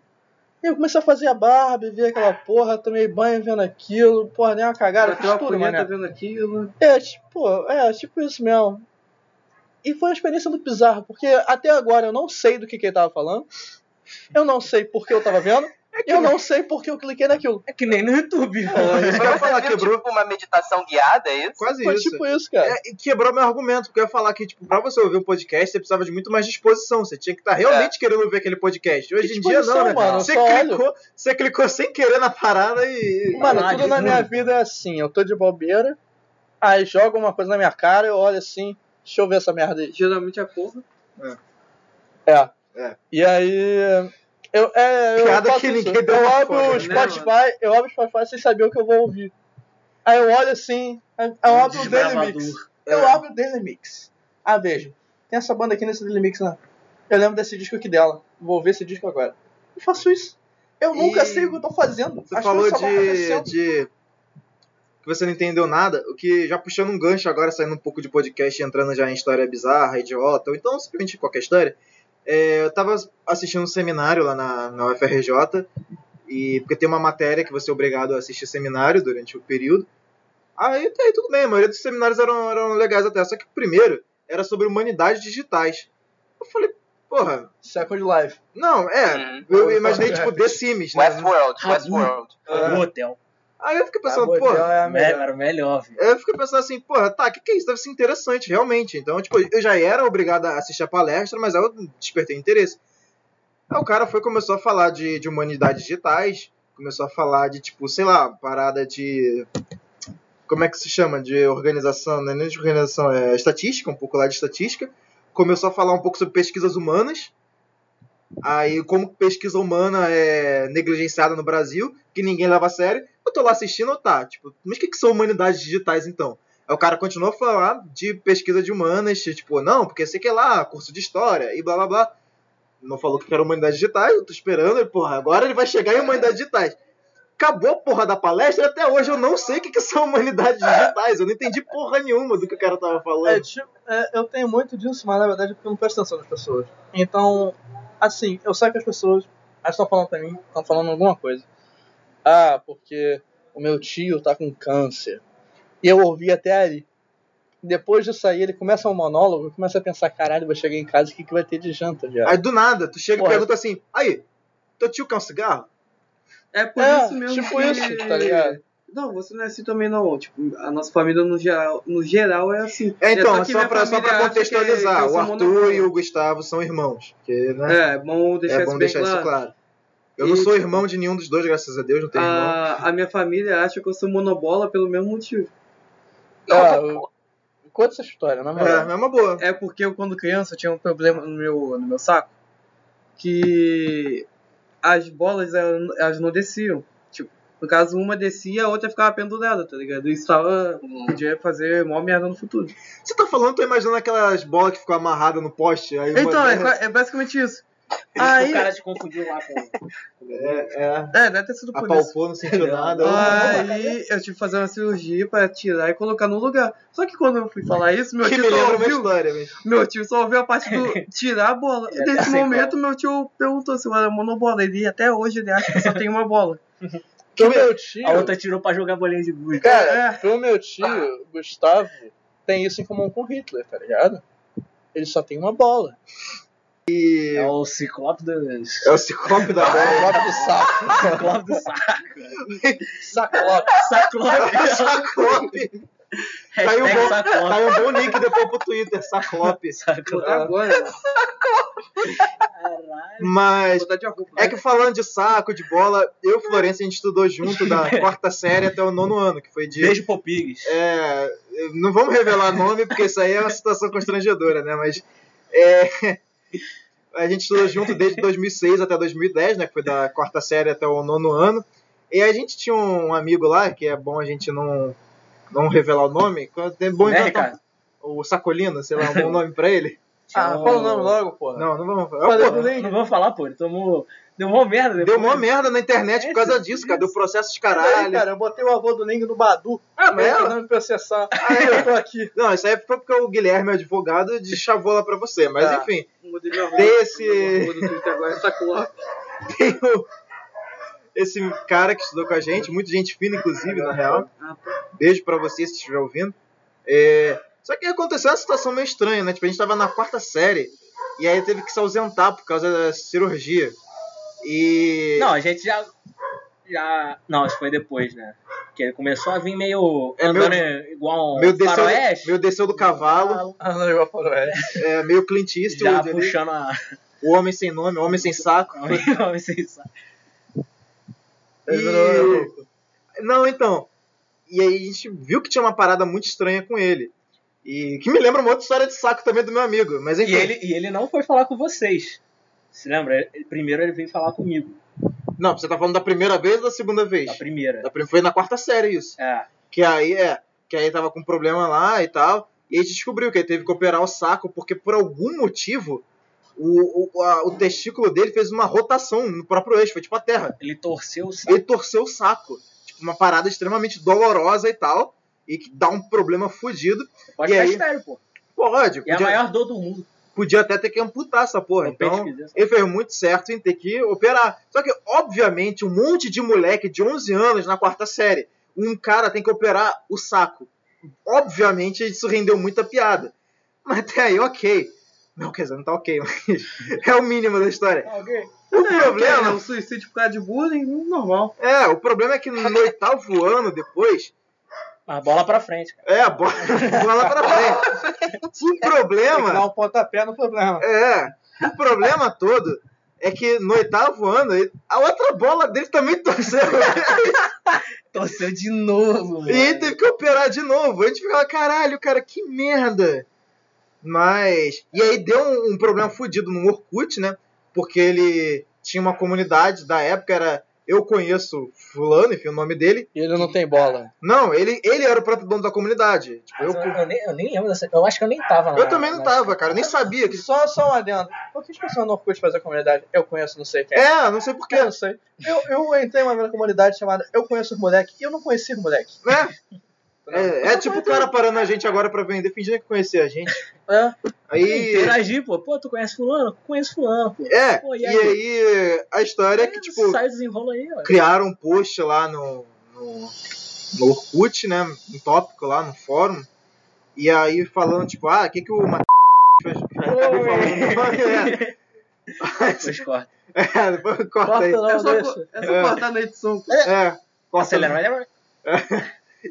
Speaker 5: E eu comecei a fazer a barba, beber aquela porra, tomei banho vendo aquilo, porra, nem uma cagada,
Speaker 3: Bateu
Speaker 5: fiz
Speaker 3: a
Speaker 5: tudo,
Speaker 3: punheta
Speaker 5: mano.
Speaker 3: vendo aquilo.
Speaker 5: É, tipo, é, tipo isso mesmo. E foi uma experiência muito bizarra, porque até agora eu não sei do que, que ele tava falando, eu não sei por que eu tava vendo,
Speaker 1: É
Speaker 5: eu não sei por que eu cliquei naquilo.
Speaker 2: É que nem no YouTube.
Speaker 1: É Isso que eu ia
Speaker 4: Mas você
Speaker 1: falar,
Speaker 4: viu,
Speaker 1: quebrou.
Speaker 4: tipo, uma meditação guiada, é isso?
Speaker 1: Quase
Speaker 5: Foi
Speaker 1: isso.
Speaker 5: tipo isso, cara.
Speaker 1: É, e quebrou meu argumento, porque eu ia falar que, tipo, pra você ouvir um podcast, você precisava de muito mais disposição. Você tinha que estar realmente querendo ver aquele podcast. Hoje
Speaker 5: É. Que
Speaker 1: em dia, não,
Speaker 5: disposição,
Speaker 1: né?
Speaker 5: mano,
Speaker 1: você,
Speaker 5: só olho.
Speaker 1: clicou, você clicou sem querer na parada e.
Speaker 5: Mano,
Speaker 2: Caralho,
Speaker 5: tudo na minha
Speaker 2: mano.
Speaker 5: vida é assim, eu tô de bobeira, aí joga uma coisa na minha cara, eu olho assim, deixa eu ver essa merda aí.
Speaker 3: Geralmente é porra.
Speaker 5: É.
Speaker 1: É.
Speaker 5: E aí. Eu, é, eu
Speaker 1: Piada
Speaker 5: faço
Speaker 1: que
Speaker 5: isso.
Speaker 1: ninguém deu
Speaker 5: Eu
Speaker 1: uma
Speaker 5: abro
Speaker 1: fora,
Speaker 5: o
Speaker 1: né,
Speaker 5: Spotify, eu abro o Spotify sem saber o que eu vou ouvir. Aí eu olho assim, aí eu
Speaker 1: Um
Speaker 5: abro o Daily
Speaker 2: Desbravador.
Speaker 5: Mix.
Speaker 1: É.
Speaker 5: Eu abro o Daily Mix. Ah, vejo. Tem essa banda aqui nesse Daily Mix, né? Eu lembro desse disco aqui dela. Vou ouvir esse disco agora. Eu faço isso. Eu nunca
Speaker 1: E
Speaker 5: sei o que eu tô fazendo.
Speaker 1: Você
Speaker 5: As
Speaker 1: falou
Speaker 5: coisas só vão
Speaker 1: de,
Speaker 5: acontecendo.
Speaker 1: de. que você não entendeu nada, o que já puxando um gancho agora, saindo um pouco de podcast e entrando já em história bizarra, idiota, ou então simplesmente qualquer história. é, eu tava assistindo um seminário lá na, na UFRJ, e, porque tem uma matéria que você é obrigado a assistir seminário durante o período. Aí, tá aí tudo bem, a maioria dos seminários eram, eram legais até, só que o primeiro era sobre humanidades digitais. Eu falei, porra,
Speaker 5: Second Life.
Speaker 1: não, é.
Speaker 4: Uhum.
Speaker 1: Eu imaginei tipo The Sims, né?
Speaker 4: Westworld,
Speaker 2: Rabu.
Speaker 3: Uhum.
Speaker 4: Westworld.
Speaker 2: O hotel.
Speaker 1: Aí eu fiquei pensando,
Speaker 5: Acabou de-
Speaker 1: porra.
Speaker 5: é a melhor.
Speaker 2: Era o melhor, velho.
Speaker 1: Eu fico pensando assim, porra, tá, o que, que é isso? Deve ser interessante, realmente. Então, tipo, eu já era obrigado a assistir a palestra, mas aí eu despertei interesse. Aí o cara foi começou a falar de, de humanidades digitais, começou a falar de, tipo, sei lá, parada de. Como é que se chama? De organização, não é nem de organização, é estatística, um pouco lá de estatística. Começou a falar um pouco sobre pesquisas humanas. Aí, como pesquisa humana é negligenciada no Brasil, que ninguém leva a sério. Eu tô lá assistindo, tá, tipo, mas o que, que são humanidades digitais então? Aí o cara continuou a falar de pesquisa de humanas, tipo, não, porque sei que lá, curso de história e blá blá blá. Não falou que era humanidades digitais, eu tô esperando, e, porra, agora ele vai chegar em humanidades digitais. Acabou a porra da palestra, até hoje eu não sei o que, que são humanidades digitais, eu não entendi porra nenhuma do que o cara tava
Speaker 5: É,
Speaker 1: falando.
Speaker 5: tipo, é, eu tenho muito disso, mas na verdade é porque eu não presto atenção nas pessoas. Então, assim, eu sei que as pessoas elas estão falando pra mim, estão falando alguma coisa. Ah, porque o meu tio tá com câncer. E eu ouvi até ali. Depois disso aí, ele começa um monólogo,
Speaker 3: É.
Speaker 5: começa a pensar, caralho, vou chegar em casa, o que, que vai ter de janta, viado?
Speaker 1: Aí do nada, tu chega e
Speaker 5: Porra.
Speaker 1: pergunta assim, aí, Teu tio quer um cigarro?
Speaker 3: É por
Speaker 5: É,
Speaker 3: isso mesmo
Speaker 5: tipo
Speaker 3: que...
Speaker 5: isso, tá ligado?
Speaker 3: Não, você não é assim também não. Tipo, a nossa família no geral, no geral é assim.
Speaker 1: É, então,
Speaker 3: só
Speaker 1: é
Speaker 3: que
Speaker 1: só,
Speaker 3: minha
Speaker 1: pra, só
Speaker 3: família
Speaker 1: pra
Speaker 3: acha que-
Speaker 1: contextualizar.
Speaker 3: que eu
Speaker 1: o
Speaker 3: sou
Speaker 1: Arthur
Speaker 3: monogâmico.
Speaker 1: e o Gustavo são irmãos. Que, né,
Speaker 3: É, bom deixar
Speaker 1: é
Speaker 3: isso
Speaker 1: bom
Speaker 3: bem
Speaker 1: deixar
Speaker 3: claro.
Speaker 1: isso claro. Eu não
Speaker 3: E, Ah,
Speaker 1: sou
Speaker 3: tipo,
Speaker 1: irmão de nenhum dos dois, graças a Deus, não tenho irmão.
Speaker 3: A, a minha família acha que eu sou monobola pelo mesmo motivo.
Speaker 5: Ah, eu- Conta essa história, na moral.
Speaker 1: É, é uma boa.
Speaker 3: É porque eu, quando criança, tinha um problema no meu, no meu saco que as bolas elas, elas não desciam. Tipo, no caso, uma descia, a outra ficava pendurada, tá ligado? Isso tava, podia fazer mó merda no futuro.
Speaker 1: Você tá falando, tô imaginando aquelas bolas que ficam amarradas no poste. Aí uma
Speaker 3: Então, é,
Speaker 1: vez-
Speaker 3: qua- é basicamente isso.
Speaker 2: O
Speaker 3: Aí,
Speaker 2: cara te confundiu lá com.
Speaker 1: é, é,
Speaker 3: é, deve ter sido por isso.
Speaker 1: apalpou, não sentiu nada.
Speaker 3: Aí eu tive que fazer uma cirurgia pra tirar e colocar no lugar. Só que quando eu fui falar isso, meu
Speaker 1: que
Speaker 3: tio
Speaker 1: me
Speaker 3: só
Speaker 1: lembra uma
Speaker 3: ouviu.
Speaker 1: história, bicho.
Speaker 3: Meu tio só ouviu a parte do tirar a bola. E
Speaker 2: É,
Speaker 3: nesse
Speaker 2: sei qual.
Speaker 3: momento, meu tio perguntou se eu era monobola. Ele até hoje ele acha que só tem uma bola.
Speaker 5: Pro meu tio,
Speaker 2: A outra tirou pra jogar bolinha de gude.
Speaker 5: É. cara, pro meu tio, Gustavo, tem isso em comum com Hitler, tá ligado? Ele só tem uma bola.
Speaker 2: É o Ciclope dos.
Speaker 1: É o ciclope da bola.
Speaker 5: O próprio saco.
Speaker 2: Ciclope do saco.
Speaker 5: Saclope.
Speaker 2: Saclope.
Speaker 1: Saclope. Saiu bom.
Speaker 2: Hashtag Saclope.
Speaker 1: Saiu um bom link depois pro Twitter, Saclope.
Speaker 3: Agora,
Speaker 1: Mas
Speaker 3: botar de roupa.
Speaker 1: É que falando de saco, de bola, eu e Florença, a gente estudou junto da quarta série até o nono ano, que foi de.
Speaker 2: Beijo pro Pigs.
Speaker 1: É, não vamos revelar nome, porque isso aí é uma situação constrangedora, né? Mas. é, a gente estudou junto desde 2006 até 2010, né? Que foi da quarta série até o nono ano. E a gente tinha um amigo lá, que é bom a gente não, não revelar o nome. É bom
Speaker 2: né,
Speaker 1: inventar
Speaker 2: Ricardo?
Speaker 1: o Sacolino, sei lá, um bom nome pra ele.
Speaker 5: Ah,
Speaker 2: Tchau.
Speaker 5: fala o nome logo, porra.
Speaker 1: Não, não vamos falar.
Speaker 5: Falei
Speaker 1: Pô,
Speaker 5: pro Link.
Speaker 2: Não vou falar, pô. Ele tomou. Deu mó merda.
Speaker 1: Deu
Speaker 2: depois.
Speaker 1: mó merda na internet por causa disso, cara. Deu processo de caralho.
Speaker 5: Aí, cara, eu botei o avô do Ling no Badu. é
Speaker 1: Ah,
Speaker 5: Pra ele não me processar. Aí eu tô aqui.
Speaker 1: Não, isso aí foi porque o Guilherme, advogado, de chavola pra você. Mas
Speaker 5: Tá.
Speaker 1: enfim,
Speaker 3: Mudei minha roupa.
Speaker 1: tem esse,
Speaker 3: Mudei do Twitter agora, Saclope.
Speaker 1: tem o- esse cara que estudou com a gente, muita gente fina, inclusive, na real.
Speaker 3: Ah,
Speaker 1: Beijo pra você se estiver ouvindo. É, só que aconteceu uma situação meio estranha, né? Tipo, a gente tava na quarta série e aí teve que se ausentar por causa da cirurgia. E.
Speaker 2: Não, a gente já. já... Não, isso foi depois, né? Porque ele começou a vir meio.
Speaker 1: É,
Speaker 2: andando igual um
Speaker 1: Meu desceu,
Speaker 2: faroeste.
Speaker 1: meu desceu do cavalo,
Speaker 5: Ah, não, eu vou é.
Speaker 1: é, meio Clint Eastwood,
Speaker 2: já
Speaker 1: ali.
Speaker 2: puxando a.
Speaker 1: o homem sem nome, o homem sem saco.
Speaker 2: É
Speaker 5: Ele virou
Speaker 1: E... Não, então. E aí a gente viu que tinha uma parada muito estranha com ele. E que me lembra uma outra história de saco também do meu amigo. Mas enfim.
Speaker 2: E ele, e ele não foi falar com vocês. Se lembra? Ele- primeiro ele veio falar comigo.
Speaker 1: Não, você tá falando da primeira vez ou da segunda vez?
Speaker 2: Na primeira.
Speaker 1: Da prim- Foi na quarta série isso.
Speaker 2: É.
Speaker 1: Que aí é. Que aí tava com problema lá e tal. E a gente descobriu que ele teve que operar o saco, porque por algum motivo o, o, a- o testículo dele fez uma rotação no próprio eixo, foi tipo a terra.
Speaker 2: Ele torceu o saco.
Speaker 1: ele torceu o saco. Tipo, uma parada extremamente dolorosa e tal. E que dá um problema fudido.
Speaker 2: Pode
Speaker 1: e
Speaker 2: ficar
Speaker 1: aí?
Speaker 2: estéreo, pô.
Speaker 1: Pode,
Speaker 2: E é a
Speaker 1: podia,
Speaker 2: maior dor do mundo.
Speaker 1: podia até ter que amputar essa porra.
Speaker 2: O peixe
Speaker 1: Então,
Speaker 2: que diz.
Speaker 1: ele fez muito certo em ter que operar. Só que, obviamente, um monte de moleque de 11 anos na quarta série, um cara tem que operar o saco. Obviamente, isso rendeu muita piada. Mas até aí, ok. Não, quer dizer, não tá ok, mas é o mínimo da história. O
Speaker 3: É,
Speaker 1: problema
Speaker 3: o suicídio por causa de bullying, normal.
Speaker 1: é, o problema é que no oitavo ano depois,
Speaker 2: Mas bola pra frente, cara.
Speaker 1: É, a bola, bola pra frente. O
Speaker 5: Tem que dar
Speaker 1: problema.
Speaker 5: um pontapé no problema.
Speaker 1: É. O problema todo é que no oitavo ano, ele- a outra bola dele também torceu.
Speaker 2: Torceu de novo,
Speaker 1: e ele teve que operar de novo. A gente ficava, caralho, cara, que merda. Mas. E aí deu um, um problema fudido no Orkut, né? Porque ele tinha uma comunidade da época, era. Eu conheço Fulano, enfim, o nome dele.
Speaker 5: E ele não tem bola.
Speaker 1: Não, ele, ele era o próprio dono da comunidade. Tipo,
Speaker 2: Eu,
Speaker 1: eu,
Speaker 2: eu nem, eu nem lembro dessa. Eu acho que eu nem tava lá.
Speaker 1: eu também não tava, cara. Eu nem sabia que
Speaker 5: Só, só um adendo. Por que as pessoas não curtem fazer comunidade? Eu conheço não sei quem.
Speaker 1: É, não sei porquê.
Speaker 5: Eu não sei. Eu, eu entrei uma vez na comunidade chamada Eu Conheço os Moleque e eu não conhecia os moleque.
Speaker 1: Né? É, é tipo o cara parando a gente agora pra vender, fingindo que conhecia a gente.
Speaker 5: É.
Speaker 1: Aí.
Speaker 2: Interagir, pô. Pô, tu conhece fulano? Conheço fulano, pô.
Speaker 1: É,
Speaker 2: Pô,
Speaker 1: e
Speaker 2: e
Speaker 1: aí a história é que, tipo,
Speaker 2: Sai desenrola aí, ó.
Speaker 1: criaram um post lá no, no, no Orkut, né? Um tópico lá no fórum. E aí falando, tipo, ah, o que, que o Matheus fez? Acabei falando o nome, né?
Speaker 2: Depois corta.
Speaker 1: É, corta,
Speaker 5: Corta
Speaker 1: aí.
Speaker 5: não,
Speaker 3: é só,
Speaker 5: deixa.
Speaker 3: co- é só cortar na edição.
Speaker 1: É, corta
Speaker 2: Acelera,
Speaker 1: aí.
Speaker 2: vai demorar.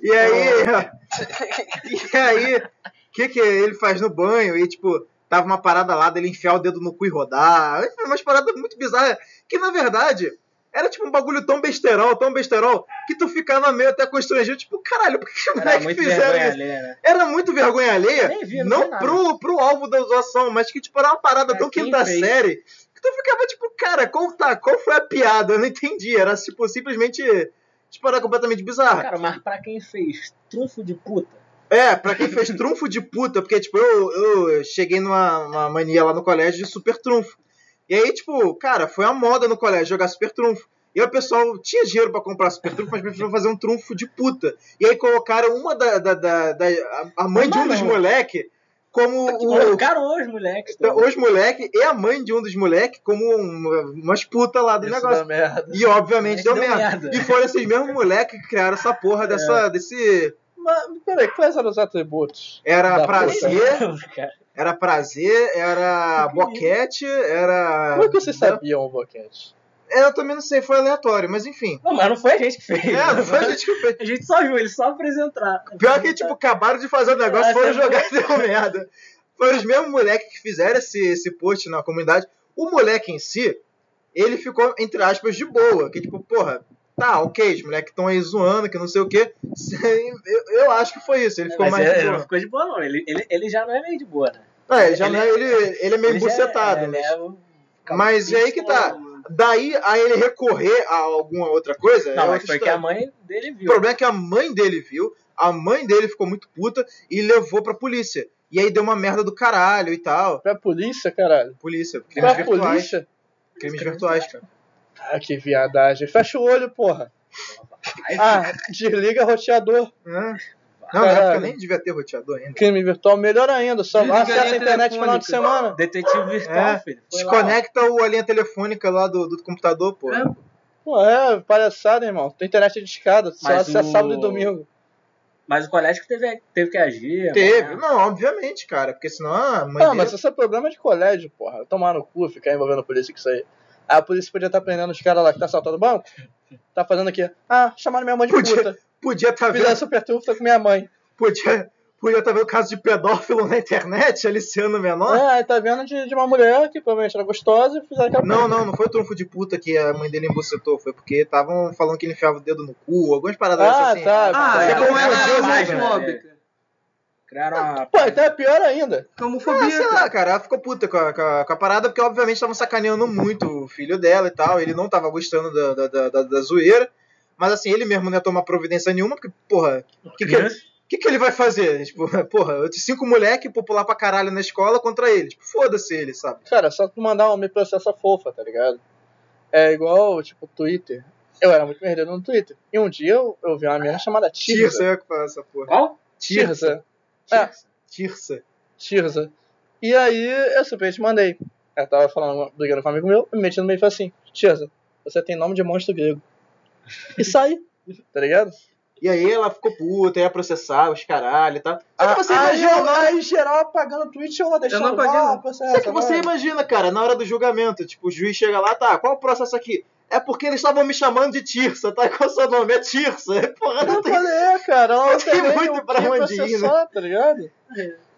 Speaker 1: E aí,
Speaker 2: É.
Speaker 1: e aí, o que que ele faz no banho? E, tipo, tava uma parada lá dele enfiar o dedo no cu e rodar. Enfim, umas paradas muito bizarras. Que, na verdade, era, tipo, um bagulho tão besterol, tão besterol, que tu ficava meio até constrangido. Tipo, caralho, por que os
Speaker 2: Era
Speaker 1: moleques
Speaker 2: muito
Speaker 1: fizeram
Speaker 2: vergonha
Speaker 1: isso?
Speaker 2: ali, né?
Speaker 1: Era muito vergonha alheia.
Speaker 2: Nem vi, não
Speaker 1: não
Speaker 2: vi nada.
Speaker 1: pro, pro alvo da zoação, mas que, tipo, era uma parada
Speaker 2: Ah,
Speaker 1: tão
Speaker 2: quem
Speaker 1: quinta
Speaker 2: fez?
Speaker 1: série que tu ficava, tipo, cara, qual, tá, qual foi a piada? Eu não entendi. Era, tipo, simplesmente... Tipo, era completamente bizarra.
Speaker 2: Cara, mas pra quem fez trunfo de puta,
Speaker 1: É, pra quem fez trunfo de puta, porque, tipo, eu, eu cheguei numa numa mania lá no colégio de super trunfo. E aí, tipo, cara, foi a moda no colégio jogar super trunfo. E aí o pessoal tinha dinheiro pra comprar super trunfo, mas preferiu fazer um trunfo de puta. E aí colocaram uma da. da, da- da- a- a mãe de um dos moleque como
Speaker 2: Tá
Speaker 1: o.
Speaker 2: colocaram os moleques.
Speaker 1: então, Os moleque e a mãe de um dos moleque como uma, umas putas lá do
Speaker 5: Isso
Speaker 1: negócio.
Speaker 5: dá merda.
Speaker 1: E obviamente deu,
Speaker 2: Deu
Speaker 1: merda.
Speaker 2: merda.
Speaker 1: E foram esses mesmos moleques que criaram essa porra dessa, desse.
Speaker 5: Mas, peraí, quais eram os atributos?
Speaker 1: Era
Speaker 5: Da
Speaker 1: prazer.
Speaker 2: cara.
Speaker 1: Era prazer, era boquete, era.
Speaker 5: Como é que vocês sabiam o boquete?
Speaker 1: É, Eu também não sei, foi aleatório, mas enfim.
Speaker 2: Não, mas não foi a gente que fez.
Speaker 1: É, não foi a gente que fez.
Speaker 2: A gente só viu, eles só apresentar.
Speaker 1: Pior que, tipo, acabaram de fazer o negócio,
Speaker 2: Essa
Speaker 1: foram
Speaker 2: é
Speaker 1: jogar e deu merda. Foram os mesmos moleques que fizeram esse, esse post na comunidade. O moleque em si, ele ficou, entre aspas, de boa. Que, tipo, porra, tá, ok, os moleques estão aí zoando, que não sei o quê. Eu, eu acho que foi isso, ele ficou
Speaker 2: É, mas
Speaker 1: mais
Speaker 2: ele,
Speaker 1: de
Speaker 2: ele não
Speaker 1: boa.
Speaker 2: ficou de boa, não. Ele, ele, ele já não é meio de boa, né?
Speaker 1: É, ele, já não é-
Speaker 2: ele-
Speaker 1: ele, ele é meio
Speaker 2: Ele já é-
Speaker 1: bucetado,
Speaker 2: ele
Speaker 1: mas-
Speaker 2: é o-
Speaker 1: Mas e aí que tá. Daí a ele recorrer a alguma outra coisa.
Speaker 2: Não,
Speaker 1: é
Speaker 2: mas
Speaker 1: outra
Speaker 2: foi que
Speaker 1: história.
Speaker 2: a mãe dele
Speaker 1: O
Speaker 2: viu.
Speaker 1: problema é que a mãe dele viu, a mãe dele ficou muito puta e levou pra polícia. E aí deu uma merda do caralho e tal.
Speaker 5: Pra polícia, caralho.
Speaker 1: Polícia, crimes
Speaker 5: Pra
Speaker 1: virtuais.
Speaker 5: polícia?
Speaker 1: Crimes virtuais, cara.
Speaker 5: Ah, que viadagem. Fecha o olho, porra. Ah, desliga roteador.
Speaker 1: Hã? É. Não, na época
Speaker 5: Caralho.
Speaker 1: nem devia ter roteador ainda.
Speaker 5: Crime virtual, melhor ainda. Só
Speaker 3: Desliga a
Speaker 5: acessa a
Speaker 3: linha
Speaker 5: internet no final de
Speaker 3: telefônica.
Speaker 5: semana.
Speaker 2: Detetive virtual,
Speaker 1: É,
Speaker 2: filho. Foi lá, ó.
Speaker 1: Desconecta o- a linha telefônica lá do, do computador, pô.
Speaker 3: É.
Speaker 5: Pô, é, palhaçada, irmão. Tem internet de escada. Só
Speaker 2: Mas
Speaker 5: acessa
Speaker 2: o-
Speaker 5: sábado e domingo.
Speaker 2: Mas o colégio que teve, teve que agir.
Speaker 1: Teve.
Speaker 2: né?
Speaker 1: Não, obviamente, cara. Porque senão a mãe
Speaker 5: Ah,
Speaker 1: dele...
Speaker 5: mas esse é problema de colégio, porra. Tomar no cu, ficar envolvendo a polícia com isso aí. Ah, A polícia podia estar prendendo os caras lá que tá assaltando o banco. Tá fazendo aqui. Ah, chamaram minha mãe de
Speaker 1: Podia.
Speaker 5: puta.
Speaker 1: Podia estar
Speaker 5: Fizeram
Speaker 1: vendo...
Speaker 5: super trufo com minha mãe.
Speaker 1: Podia... Podia estar vendo caso de pedófilo na internet, aliciando menor.
Speaker 5: Ah, aí tá vendo de, de uma mulher que provavelmente era gostosa e fizeram aquela
Speaker 1: Não, não, não foi o trunfo de puta que a mãe dele embucetou, foi porque estavam falando que ele enfiava o dedo no cu, algumas paradas
Speaker 5: Ah,
Speaker 1: assim.
Speaker 5: tá.
Speaker 3: Ah,
Speaker 1: é
Speaker 3: como
Speaker 1: bom,
Speaker 3: ela
Speaker 1: é
Speaker 3: era
Speaker 1: bom, é
Speaker 3: homofóbica.
Speaker 2: Criaram uma.
Speaker 5: Pô, então é pior ainda.
Speaker 1: Ah,
Speaker 3: Homofobia,
Speaker 1: sei
Speaker 3: cara.
Speaker 1: lá, cara, ela ficou puta com a, com a- com a parada, porque obviamente estavam sacaneando muito o filho dela e tal, ele não tava gostando da, da, da, da- da zoeira, mas assim, ele mesmo não ia tomar providência nenhuma, porque, porra, o que, que, que que ele vai fazer? Tipo, porra, eu tinha cinco moleque popular pra caralho na escola contra ele, tipo, foda-se ele, sabe?
Speaker 5: Cara, só tu mandar um uma me processa fofa, tá ligado? É igual, tipo, Twitter. Eu era muito merdeiro no Twitter. E um dia eu, eu vi uma menina chamada
Speaker 1: Tirsa,
Speaker 5: Tirza.
Speaker 1: eu ia falar essa porra.
Speaker 2: Qual?
Speaker 5: Tirza.
Speaker 1: Tirsa.
Speaker 5: Tirza. E aí eu simplesmente mandei. Ela tava falando, brigando com um amigo meu, eu me meti no meio e falei assim, Tirza, você tem nome de monstro grego. E saí, tá ligado?
Speaker 1: E aí ela ficou puta, ia processar os caralho e tal. Só que
Speaker 5: Ah,
Speaker 1: você
Speaker 5: aí,
Speaker 1: imagina,
Speaker 5: eu- aí geral apagando o Twitch, eu lá deixando
Speaker 3: não apaguei,
Speaker 5: lá,
Speaker 3: não.
Speaker 5: processa,
Speaker 1: Só É que você
Speaker 5: vai.
Speaker 1: imagina, cara, na hora do julgamento, tipo, o juiz chega lá, tá, qual o processo aqui? É porque eles estavam me chamando de Tirsa, tá? Qual o seu nome? É Tirsa. Porra,
Speaker 5: Eu
Speaker 1: não tem...
Speaker 5: falei, é, cara, ela
Speaker 1: Tem
Speaker 5: também
Speaker 1: muito
Speaker 5: não
Speaker 1: pra
Speaker 5: quer
Speaker 1: onde ir,
Speaker 5: processar, tá ligado?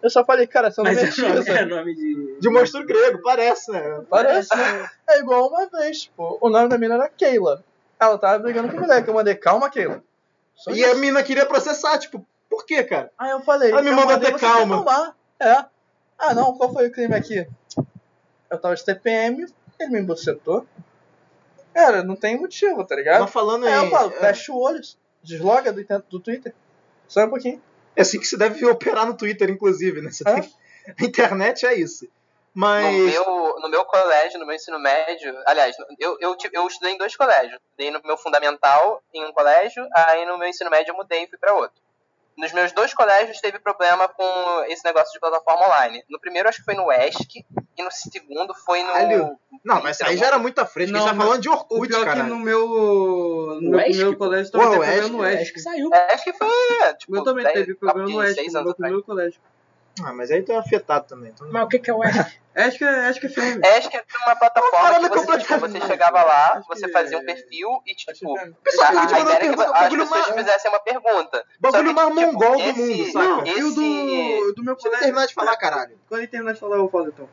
Speaker 5: Eu só falei, cara, seu nome
Speaker 2: Mas
Speaker 5: é
Speaker 2: é nome,
Speaker 5: Tirza.
Speaker 2: é nome de.
Speaker 1: De um monstro grego, parece, né?
Speaker 5: Parece, né? É igual uma vez, pô. O nome da menina era Keila. Ela tava brigando com o moleque. Eu mandei, calma, Keila. Só
Speaker 1: E
Speaker 5: isso.
Speaker 1: a mina queria processar, tipo, por quê, cara?
Speaker 5: Aí eu falei,
Speaker 1: Ela Ah, me
Speaker 5: eu
Speaker 1: mandou
Speaker 5: mandei
Speaker 1: ter
Speaker 5: você
Speaker 1: calma.
Speaker 5: se acalmar. É. Ah, não, qual foi o crime aqui? Eu tava de TPM, ele me embucetou. Cara, não tem motivo, tá
Speaker 1: Tá
Speaker 5: ligado?
Speaker 1: falando
Speaker 5: Aí eu
Speaker 1: em...
Speaker 5: falo,
Speaker 1: é,
Speaker 5: fecha o olho, desloga do, inter- do Twitter. Só um pouquinho.
Speaker 1: É assim que se deve operar no Twitter, inclusive, né? Você
Speaker 5: Hã?
Speaker 1: tem... A internet é isso.
Speaker 4: No
Speaker 1: Mas...
Speaker 4: meu, no meu colégio, no meu ensino médio, aliás, eu, eu, tive- eu estudei em dois colégios. Estudei no meu fundamental em um colégio, aí no meu ensino médio eu mudei e fui para outro. Nos meus dois colégios teve problema com esse negócio de plataforma online. No primeiro acho que foi no ESC, e no segundo foi no.
Speaker 1: Caralho. Não, mas aí já era muito à frente, que a gente
Speaker 3: Não,
Speaker 1: tá
Speaker 3: mas
Speaker 1: falando de
Speaker 3: O
Speaker 1: Orkut,
Speaker 3: pior é que
Speaker 1: cara.
Speaker 3: no meu, no
Speaker 2: O
Speaker 3: meu
Speaker 2: ESC,
Speaker 3: primeiro
Speaker 2: pô.
Speaker 3: colégio
Speaker 1: Ué,
Speaker 3: também
Speaker 1: o
Speaker 3: teve problema
Speaker 1: ESC,
Speaker 3: no
Speaker 2: Acho
Speaker 3: ESC.
Speaker 2: que saiu.
Speaker 4: É, acho que foi.
Speaker 3: O
Speaker 4: Tipo,
Speaker 3: meu também
Speaker 4: 10,
Speaker 3: teve problema no
Speaker 4: 16
Speaker 3: ESC, no
Speaker 4: anos
Speaker 3: meu
Speaker 4: atrás.
Speaker 3: primeiro colégio.
Speaker 1: Ah, mas aí tu é afetado também. Então...
Speaker 2: Mas o que, que é o Ask?
Speaker 3: Acho que é, acho que é filme.
Speaker 4: Ask era uma
Speaker 1: Uma
Speaker 4: plataforma
Speaker 1: parada
Speaker 4: que você, tipo,
Speaker 1: completamente
Speaker 4: você chegava lá,
Speaker 3: Acho
Speaker 4: você
Speaker 3: que- é.
Speaker 4: fazia um perfil e, tipo,
Speaker 5: Acho que-
Speaker 1: Pessoal,
Speaker 4: a,
Speaker 1: eu vou te
Speaker 4: a
Speaker 1: mandar
Speaker 4: ideia era que
Speaker 1: pergunta,
Speaker 4: as
Speaker 1: bagulho
Speaker 4: pessoas
Speaker 1: mais-
Speaker 4: fizessem uma pergunta.
Speaker 1: Bagulho
Speaker 4: Só
Speaker 1: mais
Speaker 4: que, tipo,
Speaker 1: mongol do
Speaker 4: esse-
Speaker 1: mundo, saca?
Speaker 3: Não, é e
Speaker 4: Esse-
Speaker 3: o do, do meu
Speaker 1: Deixa eu
Speaker 3: colega.
Speaker 1: terminar de falar, caralho.
Speaker 3: Quando ele terminar de falar, eu falo então.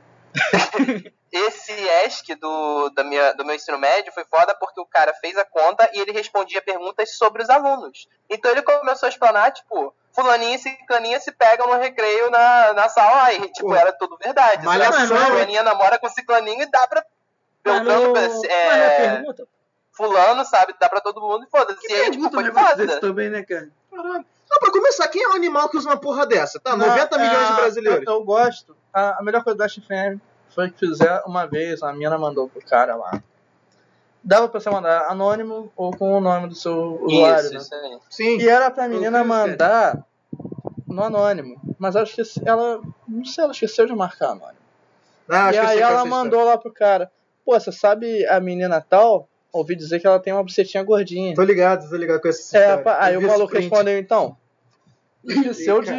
Speaker 4: Esse ESC do, da minha, do meu ensino médio foi foda porque o cara fez a conta e ele respondia perguntas sobre os alunos. Então ele começou a explanar, tipo, fulaninha e ciclaninha se pegam no recreio na, na sala. E, tipo,
Speaker 1: Pô, é
Speaker 4: era tudo verdade.
Speaker 1: malhação,
Speaker 4: sabe?
Speaker 1: hein?
Speaker 4: Fulaninha namora com ciclaninho e dá pra...
Speaker 2: Mas
Speaker 4: Beltrano,
Speaker 2: não- mas não é
Speaker 4: é,
Speaker 2: pergunta?
Speaker 4: fulano, sabe? Dá pra todo mundo e foda-se. E aí, tipo,
Speaker 3: Pergunta um
Speaker 4: foi
Speaker 3: negócio desse
Speaker 4: foda.
Speaker 3: também, né, cara?
Speaker 1: Caralho. Não, pra começar, quem é o animal que usa uma porra dessa? Tá,
Speaker 5: Não,
Speaker 1: 90 milhões de
Speaker 5: é,
Speaker 1: brasileiros.
Speaker 5: Eu, eu gosto. A, a melhor coisa do Ash FM foi que fizeram uma vez, a mina mandou pro cara lá. Dava pra você mandar anônimo ou com o nome do seu usuário,
Speaker 4: Isso,
Speaker 5: né?
Speaker 4: isso aí.
Speaker 1: Sim.
Speaker 5: E era pra
Speaker 3: Eu
Speaker 5: menina
Speaker 3: fiz,
Speaker 5: mandar no anônimo. Mas ela esqueceu, ela, não sei, ela esqueceu de marcar anônimo.
Speaker 1: Ah, acho
Speaker 5: e
Speaker 1: que eu sei qual é
Speaker 5: aí ela
Speaker 1: essa história.
Speaker 5: mandou lá pro cara, pô, você sabe a menina tal? Ouvi dizer que ela tem uma bucetinha gordinha.
Speaker 1: Tô ligado, tô ligado com essa
Speaker 5: É,
Speaker 1: história.
Speaker 5: pá, aí
Speaker 1: Eu
Speaker 5: o
Speaker 1: vi esse
Speaker 5: maluco
Speaker 1: print.
Speaker 5: respondeu então. Esqueceu de.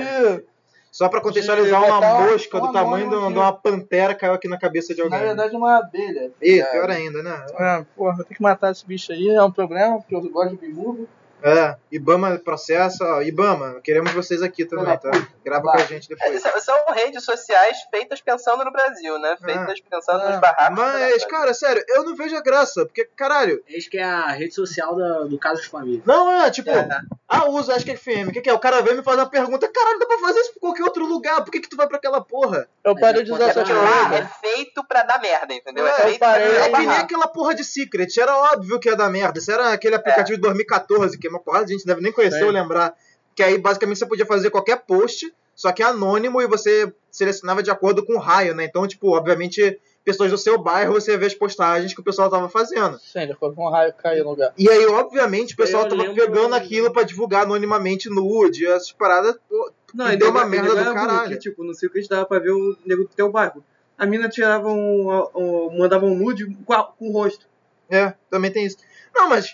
Speaker 1: Só pra contextualizar,
Speaker 5: de
Speaker 1: uma
Speaker 5: botar um-
Speaker 1: mosca
Speaker 5: um
Speaker 1: do tamanho de
Speaker 5: anônimo
Speaker 1: uma,
Speaker 5: aqui.
Speaker 1: de uma pantera caiu aqui na cabeça de
Speaker 5: Na
Speaker 1: alguém.
Speaker 5: verdade, é. uma abelha.
Speaker 1: Ih, pior ainda, né?
Speaker 5: Ah, porra, vou ter que matar esse bicho aí, é um problema, porque eu gosto de bimudo.
Speaker 1: É, Ibama processa. ó, Ibama, queremos vocês aqui também, tá? Grava com a gente
Speaker 4: É,
Speaker 1: depois.
Speaker 4: são- São redes sociais feitas pensando no Brasil, né? Feitas pensando nos
Speaker 5: Ah,
Speaker 4: barracos.
Speaker 1: É. Mas,
Speaker 4: né?
Speaker 1: cara, sério, eu não vejo a graça, porque, caralho,
Speaker 2: Eis que é a rede social da- do caso de família.
Speaker 1: não é, tipo,
Speaker 5: É.
Speaker 1: ah, usa, acho que é FM, o que, que é? O cara vem e me faz uma pergunta, caralho, dá pra fazer isso em qualquer outro lugar, por que, que tu vai pra aquela porra?
Speaker 5: Eu
Speaker 2: Mas
Speaker 5: parei
Speaker 2: é
Speaker 5: de usar essa
Speaker 2: porque-
Speaker 1: né?
Speaker 4: Ah,
Speaker 5: coisa.
Speaker 4: é feito pra dar merda, entendeu?
Speaker 1: É,
Speaker 4: É
Speaker 1: eu
Speaker 4: feito pra
Speaker 5: parei,
Speaker 1: É
Speaker 4: dar
Speaker 5: eu
Speaker 1: que nem
Speaker 4: barraco.
Speaker 1: aquela porra de Secret, era óbvio que ia dar merda, isso era aquele aplicativo de 2014, que é uma porrada, a gente deve nem conhecer
Speaker 5: Sim.
Speaker 1: ou lembrar, que aí basicamente você podia fazer qualquer post, só que anônimo e você selecionava de acordo com o raio, né? Então, tipo, obviamente, pessoas do seu bairro, você vê as postagens que o pessoal tava fazendo.
Speaker 5: Sim, de acordo com um raio que caiu no lugar.
Speaker 1: E aí, obviamente, o pessoal
Speaker 2: Eu
Speaker 1: tava
Speaker 2: lembro-
Speaker 1: pegando aquilo pra divulgar anonimamente nude, essas paradas. pô. E
Speaker 3: ele
Speaker 1: deu uma merda do caralho.
Speaker 3: Que, tipo, não sei o que dava pra ver o nego do teu barco. A mina tirava um. um- mandava um nude com, a- com o rosto.
Speaker 1: É, também tem isso. Não, mas o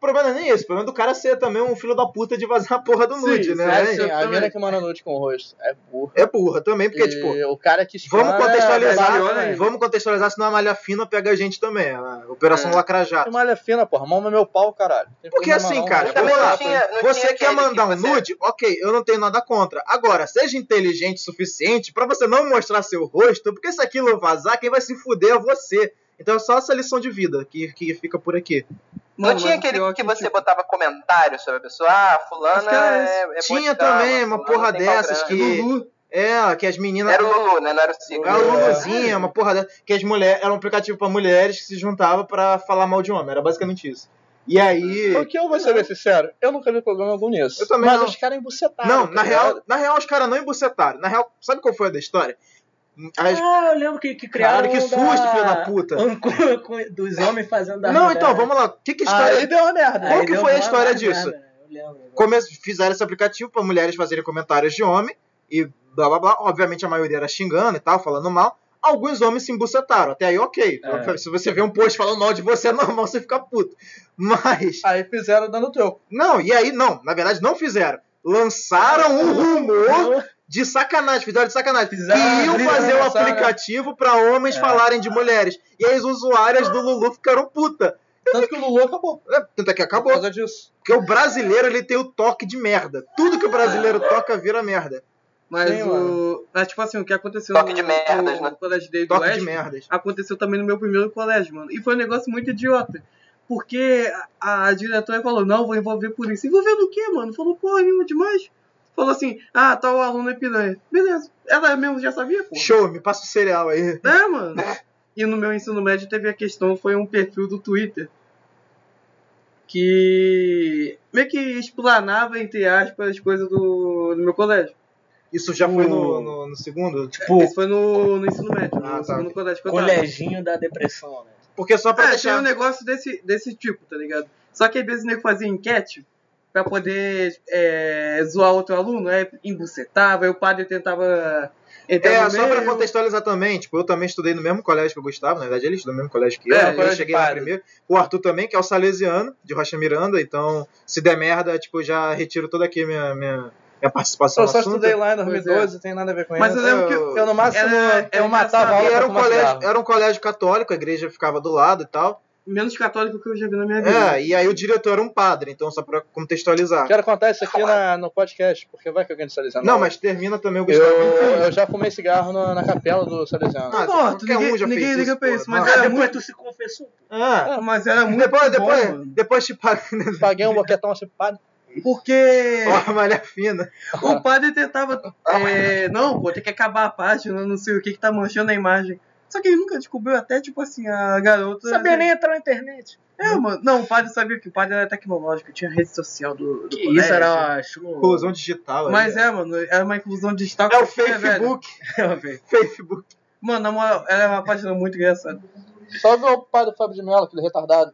Speaker 1: problema não é nem esse. O problema é do cara ser também um filho da puta de vazar a porra do
Speaker 3: Sim,
Speaker 1: nude, né?
Speaker 5: É,
Speaker 3: sim.
Speaker 5: assim,
Speaker 3: eu
Speaker 5: a
Speaker 3: também.
Speaker 5: mina que manda nude com o rosto é burra.
Speaker 1: É burra também, porque,
Speaker 5: E
Speaker 1: tipo,
Speaker 5: o cara que
Speaker 1: vamos
Speaker 5: espana
Speaker 1: contextualizar. né?
Speaker 5: É,
Speaker 3: é.
Speaker 1: vamos contextualizar, senão a malha fina pega a gente também. A
Speaker 5: É.
Speaker 1: Operação Lacrajá.
Speaker 5: Que malha fina, porra. Mão no meu pau, caralho. Tem
Speaker 1: Porque
Speaker 5: problema
Speaker 1: assim,
Speaker 5: não, né?
Speaker 1: cara,
Speaker 5: eu
Speaker 4: Também
Speaker 1: vamos lá.
Speaker 4: não
Speaker 5: vou
Speaker 4: tinha, não
Speaker 1: Você
Speaker 4: tinha
Speaker 1: quer
Speaker 4: aquele
Speaker 1: mandar
Speaker 4: que
Speaker 1: um
Speaker 4: você-
Speaker 1: nude? Ok, eu não tenho nada contra. Agora, seja inteligente o suficiente pra você não mostrar seu rosto, porque se aquilo vazar, quem vai se fuder é você. Então é só essa lição de vida que, que fica por aqui.
Speaker 4: Não, tinha aquele que, você botava comentário sobre a pessoa? Ah,
Speaker 3: Acho
Speaker 4: fulana
Speaker 3: que era esse.
Speaker 4: é, é
Speaker 1: Tinha
Speaker 4: boa de dama,
Speaker 1: também uma
Speaker 4: fulana
Speaker 1: porra
Speaker 4: tem pau
Speaker 1: dessas
Speaker 4: grande.
Speaker 1: que. É, que as meninas.
Speaker 4: Era o Lulu, né? Não era o Ciclo.
Speaker 1: A
Speaker 5: Lulu.
Speaker 1: Luluzinha, uma porra dessa. Que as mulheres. Era um aplicativo pra mulheres que se juntava pra falar mal de homem. Era basicamente isso. E aí.
Speaker 5: Porque eu vou ser bem sincero, eu nunca vi problema algum nisso.
Speaker 1: Eu também
Speaker 5: Mas
Speaker 1: não.
Speaker 5: os caras embucetaram.
Speaker 1: Não,
Speaker 5: tá
Speaker 1: na
Speaker 5: ligado?
Speaker 1: real, na real os caras não embucetaram. Na real, sabe qual foi a da história? As...
Speaker 2: Ah, eu lembro que, que criaram.
Speaker 1: Caralho, que
Speaker 2: um
Speaker 1: susto,
Speaker 2: da-
Speaker 1: filho da puta.
Speaker 2: um co- co- dos homens fazendo da
Speaker 1: Não,
Speaker 2: mulher.
Speaker 1: então, vamos lá. O que que a história.
Speaker 5: Aí deu uma merda.
Speaker 1: Qual
Speaker 2: Aí
Speaker 1: que
Speaker 2: deu
Speaker 1: foi a
Speaker 2: uma
Speaker 1: história
Speaker 2: merda,
Speaker 1: disso?
Speaker 2: né? Eu lembro agora.
Speaker 1: Come... Fizeram esse aplicativo pra mulheres fazerem comentários de homem e blá blá blá. Obviamente a maioria era xingando e tal, falando mal. Alguns homens se embucetaram. Até aí, ok.
Speaker 2: É.
Speaker 1: Se você vê um post falando mal de você, é normal você ficar puto. Mas.
Speaker 5: Aí fizeram dando troco.
Speaker 1: Não, e aí, não, na verdade não fizeram. Lançaram um rumor de sacanagem, fizeram de sacanagem.
Speaker 5: Fizeram
Speaker 1: que iam
Speaker 5: uma
Speaker 1: fazer um
Speaker 5: briga, sabe?
Speaker 1: aplicativo pra homens falarem de mulheres. E aí as usuárias do Lulu ficaram puta.
Speaker 5: Tanto que o Lulu acabou.
Speaker 1: É, Tanto é que
Speaker 5: Por
Speaker 1: acabou.
Speaker 5: causa disso.
Speaker 1: Porque o brasileiro ele tem o toque de merda. Tudo que o brasileiro toca vira merda.
Speaker 3: Mas
Speaker 5: Sim,
Speaker 3: o. Mas, tipo assim, o que aconteceu
Speaker 4: Toque
Speaker 3: no,
Speaker 4: de merdas,
Speaker 3: no
Speaker 4: né?
Speaker 3: colégio dele do
Speaker 1: Toque de
Speaker 3: Oeste,
Speaker 1: merdas.
Speaker 3: aconteceu também no meu primeiro colégio, mano. E foi um negócio muito idiota. Porque a, a diretora falou, não, vou envolver por isso. Envolver no quê, mano? Falou porra nenhuma demais. Falou assim, ah, tal aluno é piranha. Beleza. Ela mesmo já sabia, pô.
Speaker 1: Show, me passa o cereal aí.
Speaker 3: É, mano. E no meu ensino médio teve a questão, foi um perfil do Twitter. Que meio que explanava, entre aspas, as coisas do, do meu colégio.
Speaker 1: Isso já foi no,
Speaker 2: Uh.
Speaker 1: no- no segundo?
Speaker 2: Tipo,
Speaker 3: Isso foi no, no ensino médio,
Speaker 1: Ah,
Speaker 3: no
Speaker 1: tá.
Speaker 3: segundo colégio que eu tava.
Speaker 2: colleginho da depressão, né?
Speaker 1: Porque só pra
Speaker 3: É, tinha um
Speaker 1: deixar.
Speaker 3: negócio desse, desse tipo, tá ligado? Só que às vezes o nego fazia enquete pra poder é, zoar outro aluno, aí embucetava, aí o padre tentava entrar
Speaker 1: É,
Speaker 3: no
Speaker 1: só pra
Speaker 3: meio.
Speaker 1: contextualizar também, tipo, eu também estudei no mesmo colégio que o Gustavo, na verdade ele estudou no mesmo colégio que eu,
Speaker 3: É,
Speaker 1: eu
Speaker 5: colégio
Speaker 1: cheguei
Speaker 5: de
Speaker 1: na
Speaker 5: padre.
Speaker 1: primeira. O Arthur também, que é o Salesiano, de Rocha Miranda, então se der merda, tipo, já retiro toda aqui minha, minha, Minha participação
Speaker 5: Eu
Speaker 1: no
Speaker 5: só
Speaker 1: assunto.
Speaker 5: estudei lá em
Speaker 3: Pois é.
Speaker 5: 2012, não tem nada a ver com
Speaker 3: Mas um, eu
Speaker 5: isso.
Speaker 3: lembro que
Speaker 1: eu-
Speaker 5: Eu, no máximo,
Speaker 3: Era-
Speaker 1: é
Speaker 3: era
Speaker 5: eu matava a
Speaker 3: engraçado.
Speaker 5: aula
Speaker 1: E
Speaker 5: pra
Speaker 1: era um,
Speaker 5: fumar
Speaker 1: colégio,
Speaker 5: cigarro.
Speaker 1: era um colégio católico, a igreja ficava do lado e tal.
Speaker 3: menos católico que eu já vi na minha vida.
Speaker 1: É, e aí o diretor era um padre, então só pra contextualizar.
Speaker 5: Quero contar isso aqui na- no podcast, porque vai que alguém do Salesiano.
Speaker 1: Não, mas termina também o
Speaker 5: Eu,
Speaker 1: Gustavo.
Speaker 5: eu já fumei cigarro na, na capela do Salesiano.
Speaker 1: Ah,
Speaker 3: Pô,
Speaker 1: qualquer
Speaker 3: Tá ninguém-
Speaker 1: um já
Speaker 3: ninguém
Speaker 1: fez
Speaker 3: liga
Speaker 1: isso,
Speaker 3: pra
Speaker 1: pô.
Speaker 3: isso, mas
Speaker 1: Não.
Speaker 3: era
Speaker 2: Depois
Speaker 3: muito-
Speaker 2: tu se confessou. pô.
Speaker 1: Ah,
Speaker 3: Ah, Mas era muito
Speaker 1: depois,
Speaker 3: bom,
Speaker 1: depois,
Speaker 3: mano.
Speaker 1: depois te paga.
Speaker 5: Paguei um boquetão assim, pá,
Speaker 3: Porque
Speaker 1: Ó, a malha fina.
Speaker 3: o padre tentava. é, não, pô, tem que acabar a página, não sei o que, que tá manchando a imagem. Só que ele nunca descobriu até, tipo assim, a garota.
Speaker 2: Sabia nem entrar na internet.
Speaker 3: É, mano. Não, o padre sabia que o padre era tecnológico, tinha rede social do, do
Speaker 2: Que
Speaker 3: colégio.
Speaker 2: isso era chulo.
Speaker 1: Inclusão digital. aí,
Speaker 3: Mas
Speaker 1: velho.
Speaker 3: é, mano, era uma inclusão digital
Speaker 1: É o
Speaker 5: né,
Speaker 3: velho.
Speaker 1: Facebook.
Speaker 3: velho.
Speaker 1: Facebook.
Speaker 3: Mano, na moral, era uma página muito engraçada.
Speaker 5: salve o pai do Fábio de Mello, aquele retardado.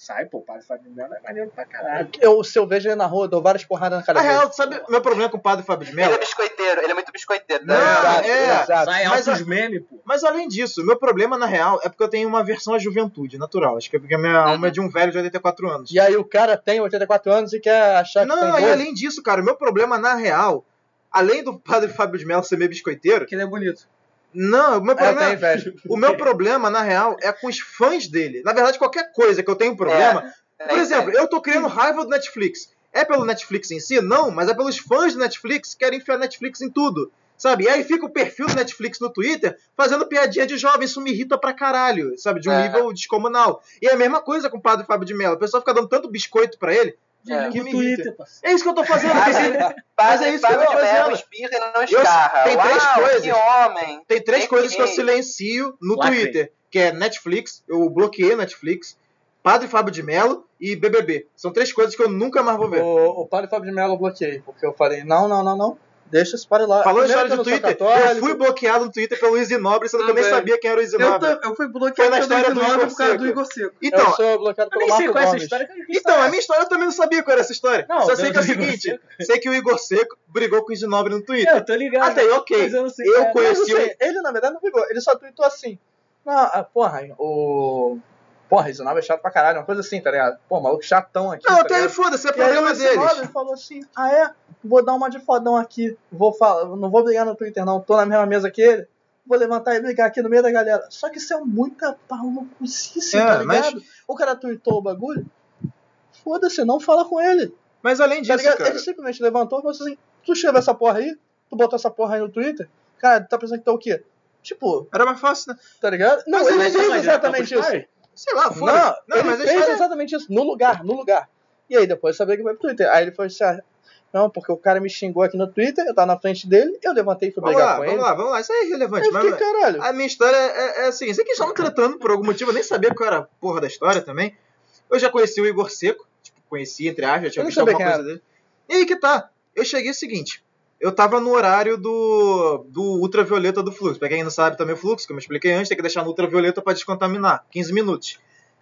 Speaker 2: Sai, pô, para Fábio Melo é maneiro pra caralho.
Speaker 5: Eu, se eu vejo ele na rua, eu dou várias porradas na cara
Speaker 1: Na
Speaker 5: dele.
Speaker 1: real, sabe meu problema com o padre Fábio de
Speaker 4: Ele é
Speaker 1: Mello?
Speaker 4: biscoiteiro, ele é muito biscoiteiro.
Speaker 1: Não,
Speaker 5: Exato,
Speaker 1: é.
Speaker 5: exato.
Speaker 2: Sai
Speaker 1: Mas
Speaker 2: altos memes, pô.
Speaker 1: Mas além disso, meu problema, na real, é porque eu tenho uma versão à juventude, natural. Acho que é porque a minha alma é de um velho de 84 anos.
Speaker 5: Uhum. E aí o cara tem 84 anos e quer achar que tem
Speaker 1: Não, e
Speaker 5: doze.
Speaker 1: além disso, cara, meu problema, na real, além do padre Fábio de Mello ser meio biscoiteiro,
Speaker 3: Porque ele é bonito.
Speaker 1: não, o meu
Speaker 5: É, Eu
Speaker 1: problema, é,
Speaker 5: tenho inveja.
Speaker 1: o meu problema, na real, é com os fãs dele. Na verdade, qualquer coisa que eu tenho um
Speaker 5: É.
Speaker 1: problema,
Speaker 4: É
Speaker 1: Por exemplo, eu tô criando raiva do Netflix. É pelo Netflix em si? Não, mas é pelos fãs do Netflix que querem enfiar Netflix em tudo. Sabe? E aí fica o perfil do Netflix no Twitter fazendo piadinha de jovem. Isso me irrita pra caralho, sabe? De um
Speaker 4: É.
Speaker 1: nível descomunal. E é a mesma coisa com o padre Fábio de Mello. O pessoal fica dando tanto biscoito pra ele.
Speaker 4: É.
Speaker 1: Que
Speaker 2: No
Speaker 1: me irrita.
Speaker 2: Twitter, parceiro.
Speaker 1: É isso que eu tô fazendo. porque
Speaker 4: Ah, Mas é
Speaker 1: é isso
Speaker 4: isso
Speaker 1: que eu tô fazendo.
Speaker 4: espirra e não
Speaker 1: Eu-
Speaker 4: escarra.
Speaker 1: tem três
Speaker 4: Uau, que
Speaker 1: coisas.
Speaker 4: homem.
Speaker 1: tem três
Speaker 4: Tem
Speaker 1: coisas que eu
Speaker 4: que-
Speaker 1: silencio no
Speaker 2: Lacrei.
Speaker 1: Twitter. Que é Netflix, eu bloqueei Netflix, Padre Fábio de Mello e BBB. São três coisas que eu nunca mais vou ver.
Speaker 5: O, o padre Fábio de Mello eu bloqueei, porque eu falei, não, não, não, não, deixa esse padre lá.
Speaker 1: Falou em
Speaker 5: Primeiro
Speaker 1: história do
Speaker 5: que eu não sou
Speaker 1: Twitter,
Speaker 5: católico.
Speaker 1: eu fui bloqueado no Twitter pelo Easy Nobre, sendo que eu nem
Speaker 3: Também.
Speaker 1: sabia quem era o Easy
Speaker 3: Eu,
Speaker 1: Nobre.
Speaker 3: ta- eu fui
Speaker 1: Foi
Speaker 3: bloqueado
Speaker 1: na
Speaker 3: pelo
Speaker 1: história do
Speaker 3: 19
Speaker 1: Igor
Speaker 3: por causa do
Speaker 1: Seco.
Speaker 3: Igor Seco.
Speaker 5: Eu
Speaker 1: Então,
Speaker 5: sou bloqueado
Speaker 2: Eu
Speaker 5: pelo
Speaker 2: nem sei
Speaker 5: Marco
Speaker 2: qual é essa
Speaker 5: Gomes.
Speaker 2: história que eu
Speaker 1: então, a minha história eu também não sabia qual era essa história.
Speaker 2: Não,
Speaker 1: Só sei
Speaker 2: eu
Speaker 1: que é o
Speaker 2: não
Speaker 1: seguinte, sei que o Igor Seco brigou com o Easy Nobre no Twitter.
Speaker 2: Eu tô
Speaker 5: É,
Speaker 2: ligado.
Speaker 1: Então, Até aí, ok.
Speaker 2: Mas eu não sei
Speaker 1: Eu
Speaker 2: qual é.
Speaker 1: conheço-
Speaker 5: Mas, assim,
Speaker 1: conheci um-
Speaker 5: ele na verdade não brigou, ele só tweetou assim. Não, ah, porra, o. Porra, esse nome é chato pra caralho, uma coisa assim, tá ligado? Pô, maluco chatão aqui.
Speaker 1: Não,
Speaker 5: tá
Speaker 1: até aí
Speaker 5: ligado?
Speaker 1: foda-se, é
Speaker 5: E aí o
Speaker 1: problema
Speaker 5: Zinóbio
Speaker 1: deles.
Speaker 5: falou assim, ah é? Vou dar uma de fodão aqui. Vou falar, não vou brigar no Twitter, não. Tô na mesma mesa que ele. Vou levantar e brigar aqui no meio da galera. Só que isso é muita pau no cucíssimo,
Speaker 1: É,
Speaker 5: tá
Speaker 1: mas-
Speaker 5: ligado? O cara tweetou o bagulho. Foda-se, não fala com ele.
Speaker 1: Mas além
Speaker 5: Tá
Speaker 1: disso,
Speaker 5: ligado?
Speaker 1: cara,
Speaker 5: Ele simplesmente levantou e falou assim: Tu escreveu essa porra aí? Tu botou essa porra aí no Twitter? Cara, tá pensando que tá o quê? Tipo,
Speaker 1: era mais fácil, né?
Speaker 5: tá ligado? Não,
Speaker 1: Mas é,
Speaker 5: ele
Speaker 1: ele
Speaker 5: fez
Speaker 1: fez
Speaker 5: exatamente isso.
Speaker 1: Sei lá,
Speaker 5: Não,
Speaker 1: foda-se.
Speaker 5: ele
Speaker 1: mas é a
Speaker 5: fez
Speaker 1: história-
Speaker 5: exatamente isso, no lugar, no lugar. E aí depois sabia que foi pro Twitter. Aí ele falou assim, ah, não, porque o cara me xingou aqui no Twitter, eu tava na frente dele, eu levantei e fui
Speaker 1: Vamos
Speaker 5: brigar
Speaker 1: lá,
Speaker 5: com
Speaker 1: vamos
Speaker 5: ele.
Speaker 1: lá, vamos lá. Isso aí é irrelevante.
Speaker 5: Eu fiquei,
Speaker 1: Mas...
Speaker 5: caralho.
Speaker 1: A minha história é, é assim, sei que eles estavam tratando por algum motivo, eu nem sabia qual era a porra da história também. Eu já conheci o Igor Seco, tipo, conheci, entre aspas, já tinha
Speaker 5: Eu não
Speaker 1: visto
Speaker 5: sabia
Speaker 1: alguma
Speaker 5: quem
Speaker 1: coisa
Speaker 5: era.
Speaker 1: dele. E aí que tá, eu cheguei o seguinte, eu tava no horário do, do ultravioleta do fluxo. Pra quem não sabe também o fluxo, como eu expliquei antes, tem que deixar no ultravioleta pra descontaminar, 15 minutos.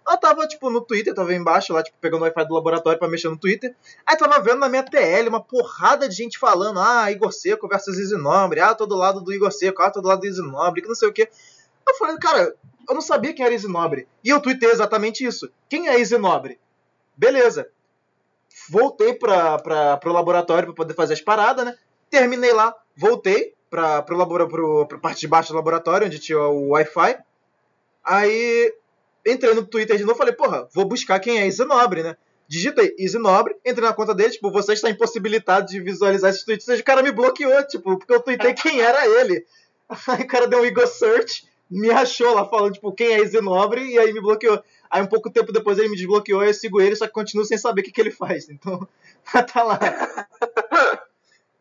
Speaker 1: Eu tava, tipo, no Twitter, tava embaixo lá, tipo, pegando o Wi-Fi do laboratório pra mexer no Twitter. Aí tava vendo na minha TL uma porrada de gente falando, ah, Igor Seco versus Easy Nobre, ah, todo lado do Igor Seco, ah, todo lado do Easy Nobre, que não sei o quê. Eu falei, cara, eu não sabia quem era Easy Nobre. E eu tuitei exatamente isso. Quem é Easy Nobre? Beleza. Voltei pra, pra, pro laboratório pra poder fazer as paradas, né? Terminei lá, voltei pra, pro labora, pro, pra parte de baixo do laboratório, onde tinha o Wi-Fi. Aí entrei no Twitter de novo falei, porra, vou buscar quem é Easy Nobre, né? Digitei Easy Nobre, entrei na conta dele, tipo, você está impossibilitado de visualizar esses tweets. Ou seja, o cara me bloqueou, tipo, porque eu tuitei quem era ele. Aí o cara deu um Eagle Search, me achou lá falando, tipo, quem é Easy Nobre, e aí me bloqueou. Aí um pouco tempo depois ele me desbloqueou, eu sigo ele, só que continuo sem saber o que, que ele faz. Então, tá lá.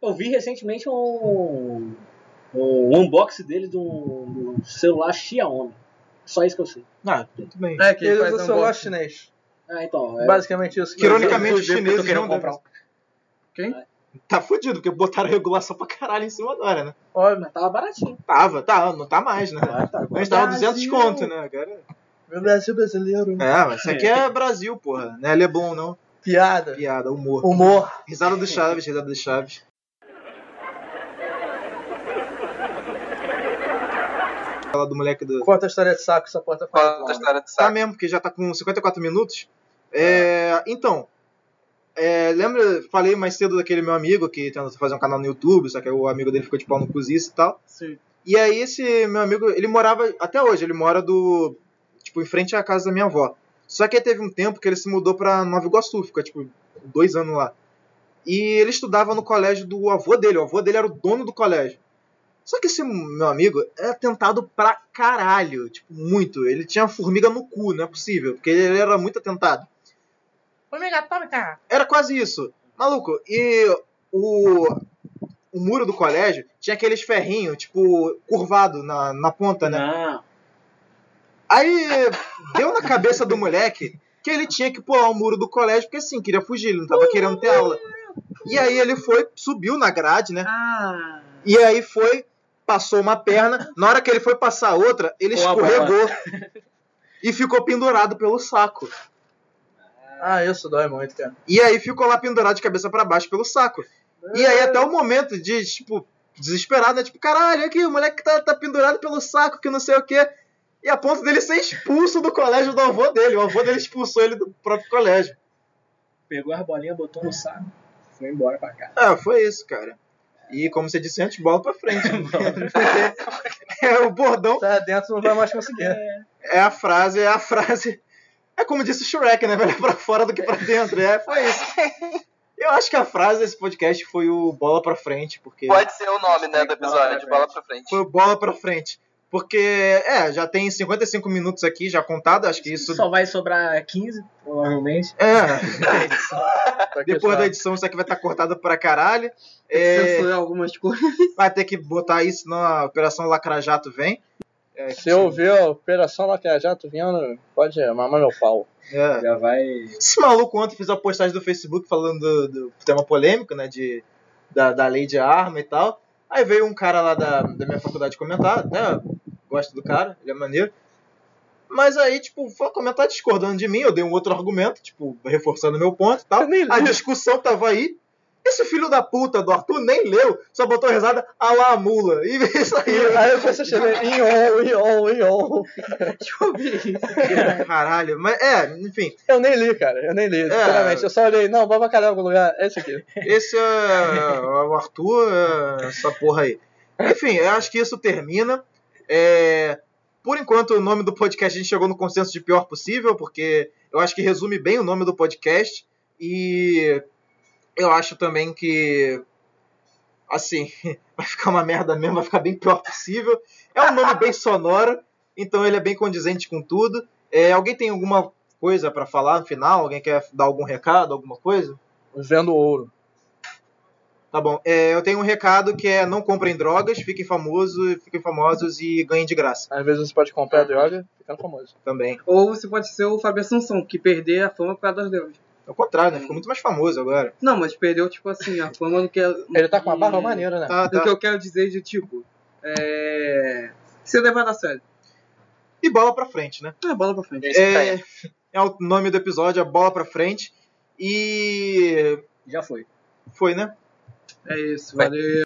Speaker 2: Eu vi recentemente um, um unboxing dele do, do um celular Xiaomi. Só isso que eu sei.
Speaker 1: Ah, tudo bem.
Speaker 3: É, que ele,
Speaker 5: Ele
Speaker 3: faz
Speaker 5: usa o
Speaker 3: um
Speaker 5: celular
Speaker 3: box.
Speaker 5: chinês.
Speaker 2: Ah, então. É,
Speaker 5: Basicamente isso.
Speaker 1: Que ironicamente os
Speaker 2: Eu- eu- eu tô
Speaker 1: chineses
Speaker 2: querendo
Speaker 1: não
Speaker 2: comprar um.
Speaker 1: Tá fudido, porque botaram regulação pra caralho em cima agora, né?
Speaker 5: Olha,
Speaker 2: mas tava baratinho.
Speaker 1: Tava, tá, não tá mais, né?
Speaker 2: Ah, tá, agora
Speaker 1: Antes tava
Speaker 5: Brasil.
Speaker 1: 200 conto, né? Agora...
Speaker 5: meu Brasil brasileiro.
Speaker 1: É, mas isso aqui é Brasil, porra. Não é Leblon, não.
Speaker 5: Piada.
Speaker 1: Piada, humor.
Speaker 5: Humor.
Speaker 1: Risada do Chaves, risada do Chaves. Fala do moleque do.
Speaker 5: Conta a história de saco, essa porta foi
Speaker 4: Conta a
Speaker 5: longa.
Speaker 4: história do
Speaker 1: Tá
Speaker 4: saco.
Speaker 1: mesmo, porque já tá com 54 minutos. É, então, É, lembra, falei mais cedo daquele meu amigo que tentou fazer um canal no YouTube, só que o amigo dele ficou de pau no cozice e tal.
Speaker 3: Sim.
Speaker 1: E aí esse meu amigo, ele morava, até hoje, ele mora do, tipo, em frente à casa da minha avó. Só que aí teve um tempo que ele se mudou pra Nova Iguaçu, fica, tipo, dois anos lá. E ele estudava no colégio do avô dele, o avô dele era o dono do colégio. Só que esse meu amigo é atentado pra caralho, tipo, muito. Ele tinha formiga no cu, não é possível, porque ele era muito atentado.
Speaker 8: Formiga atômica.
Speaker 1: Era quase isso. Maluco, e o, o muro do colégio tinha aqueles ferrinhos, tipo, curvado na, na ponta, né?
Speaker 2: Não.
Speaker 1: Aí deu na cabeça do moleque que ele tinha que pular o muro do colégio, porque assim, queria fugir, ele não tava querendo ter aula. E aí ele foi, subiu na grade, né?
Speaker 3: Ah.
Speaker 1: E aí foi, passou uma perna. Na hora que ele foi passar a outra, ele
Speaker 2: Com a
Speaker 1: escorregou. E ficou pendurado pelo saco.
Speaker 5: Ah, isso dói muito, cara.
Speaker 1: E aí ficou lá pendurado de cabeça pra baixo pelo saco. E aí até o momento de, tipo, desesperado, né? Tipo, caralho, aqui, o moleque tá, tá pendurado pelo saco, que não sei o quê. E a ponto dele ser expulso do colégio do avô dele. O avô dele expulsou ele do próprio colégio.
Speaker 2: Pegou as bolinhas, botou no saco. Foi embora pra casa.
Speaker 1: Ah, foi isso, cara. E como você disse antes, bola pra frente. né? é o bordão,
Speaker 5: Tá dentro, não vai mais conseguir.
Speaker 1: é a frase, é a frase. É como disse o Shrek, né? Melhor pra fora do que pra dentro. É, foi isso. Eu acho que a frase desse podcast foi o bola pra frente, porque.
Speaker 4: Pode ser o nome, né, do episódio, de bola pra frente.
Speaker 1: foi bola pra frente. Porque, é, já tem 55 minutos aqui, já contado, acho que isso.
Speaker 2: Só vai sobrar 15, provavelmente.
Speaker 1: É,
Speaker 5: Pra que
Speaker 1: depois
Speaker 5: já-
Speaker 1: da edição isso aqui vai estar cortado pra caralho.
Speaker 3: É...
Speaker 1: É,
Speaker 3: Censurar algumas coisas.
Speaker 1: vai ter que botar isso senão a Operação Lacrajato vem. É,
Speaker 5: Se eu ver a Operação Lacrajato vindo, pode mamar meu pau.
Speaker 1: é.
Speaker 2: Já vai.
Speaker 1: Esse maluco ontem fez a postagem do Facebook falando do, do tema polêmico, né? De, da, da lei de arma e tal. Aí veio um cara lá da, da minha faculdade comentar, até gosto do cara, ele é maneiro. Mas aí, tipo, foi comentar discordando de mim, eu dei um outro argumento, tipo, reforçando meu ponto e tal.
Speaker 5: Eu nem
Speaker 1: A
Speaker 5: li.
Speaker 1: discussão tava aí. Esse filho da puta do Arthur nem leu, só botou risada, alá a mula. E isso aí. né,
Speaker 5: Aí eu comecei a escrever ion, ion, ion.
Speaker 1: Caralho, mas é, enfim.
Speaker 5: Eu nem li, cara. Eu nem li, sinceramente. Eu só olhei, não, vou bacalhar em algum lugar. É esse aqui.
Speaker 1: Esse é o Arthur, é essa porra aí. Enfim, eu acho que isso termina. É, por enquanto, o nome do podcast a gente chegou no consenso de pior possível, porque eu acho que resume bem o nome do podcast. E eu acho também que. Assim, vai ficar uma merda mesmo, vai ficar bem pior possível. É um nome bem sonoro, então ele é bem condizente com tudo. É, alguém tem alguma coisa pra falar no final? Alguém quer dar algum recado, alguma coisa?
Speaker 5: Vendo ouro.
Speaker 1: Tá bom. É, eu tenho um recado que é não comprem drogas, fiquem famosos, fiquem famosos e ganhem de graça
Speaker 5: Às vezes você pode comprar droga ficando famoso.
Speaker 1: também.
Speaker 3: Ou você pode ser o Fábio Assunção, que perder a fama por causa das drogas.
Speaker 1: Ao contrário, né? Ficou muito mais famoso agora.
Speaker 3: Não, mas perdeu, tipo assim, a fama do que.
Speaker 5: Ele tá com uma barba maneira, né?
Speaker 1: Tá,
Speaker 3: Do que
Speaker 1: tá.
Speaker 3: eu quero dizer de tipo. É. Ser levado a sério.
Speaker 1: E bola pra frente, né?
Speaker 3: É, bola pra frente.
Speaker 4: tá
Speaker 1: É, é o nome do episódio, é bola pra frente. E
Speaker 2: Já foi.
Speaker 1: foi, né?
Speaker 3: É isso, valeu.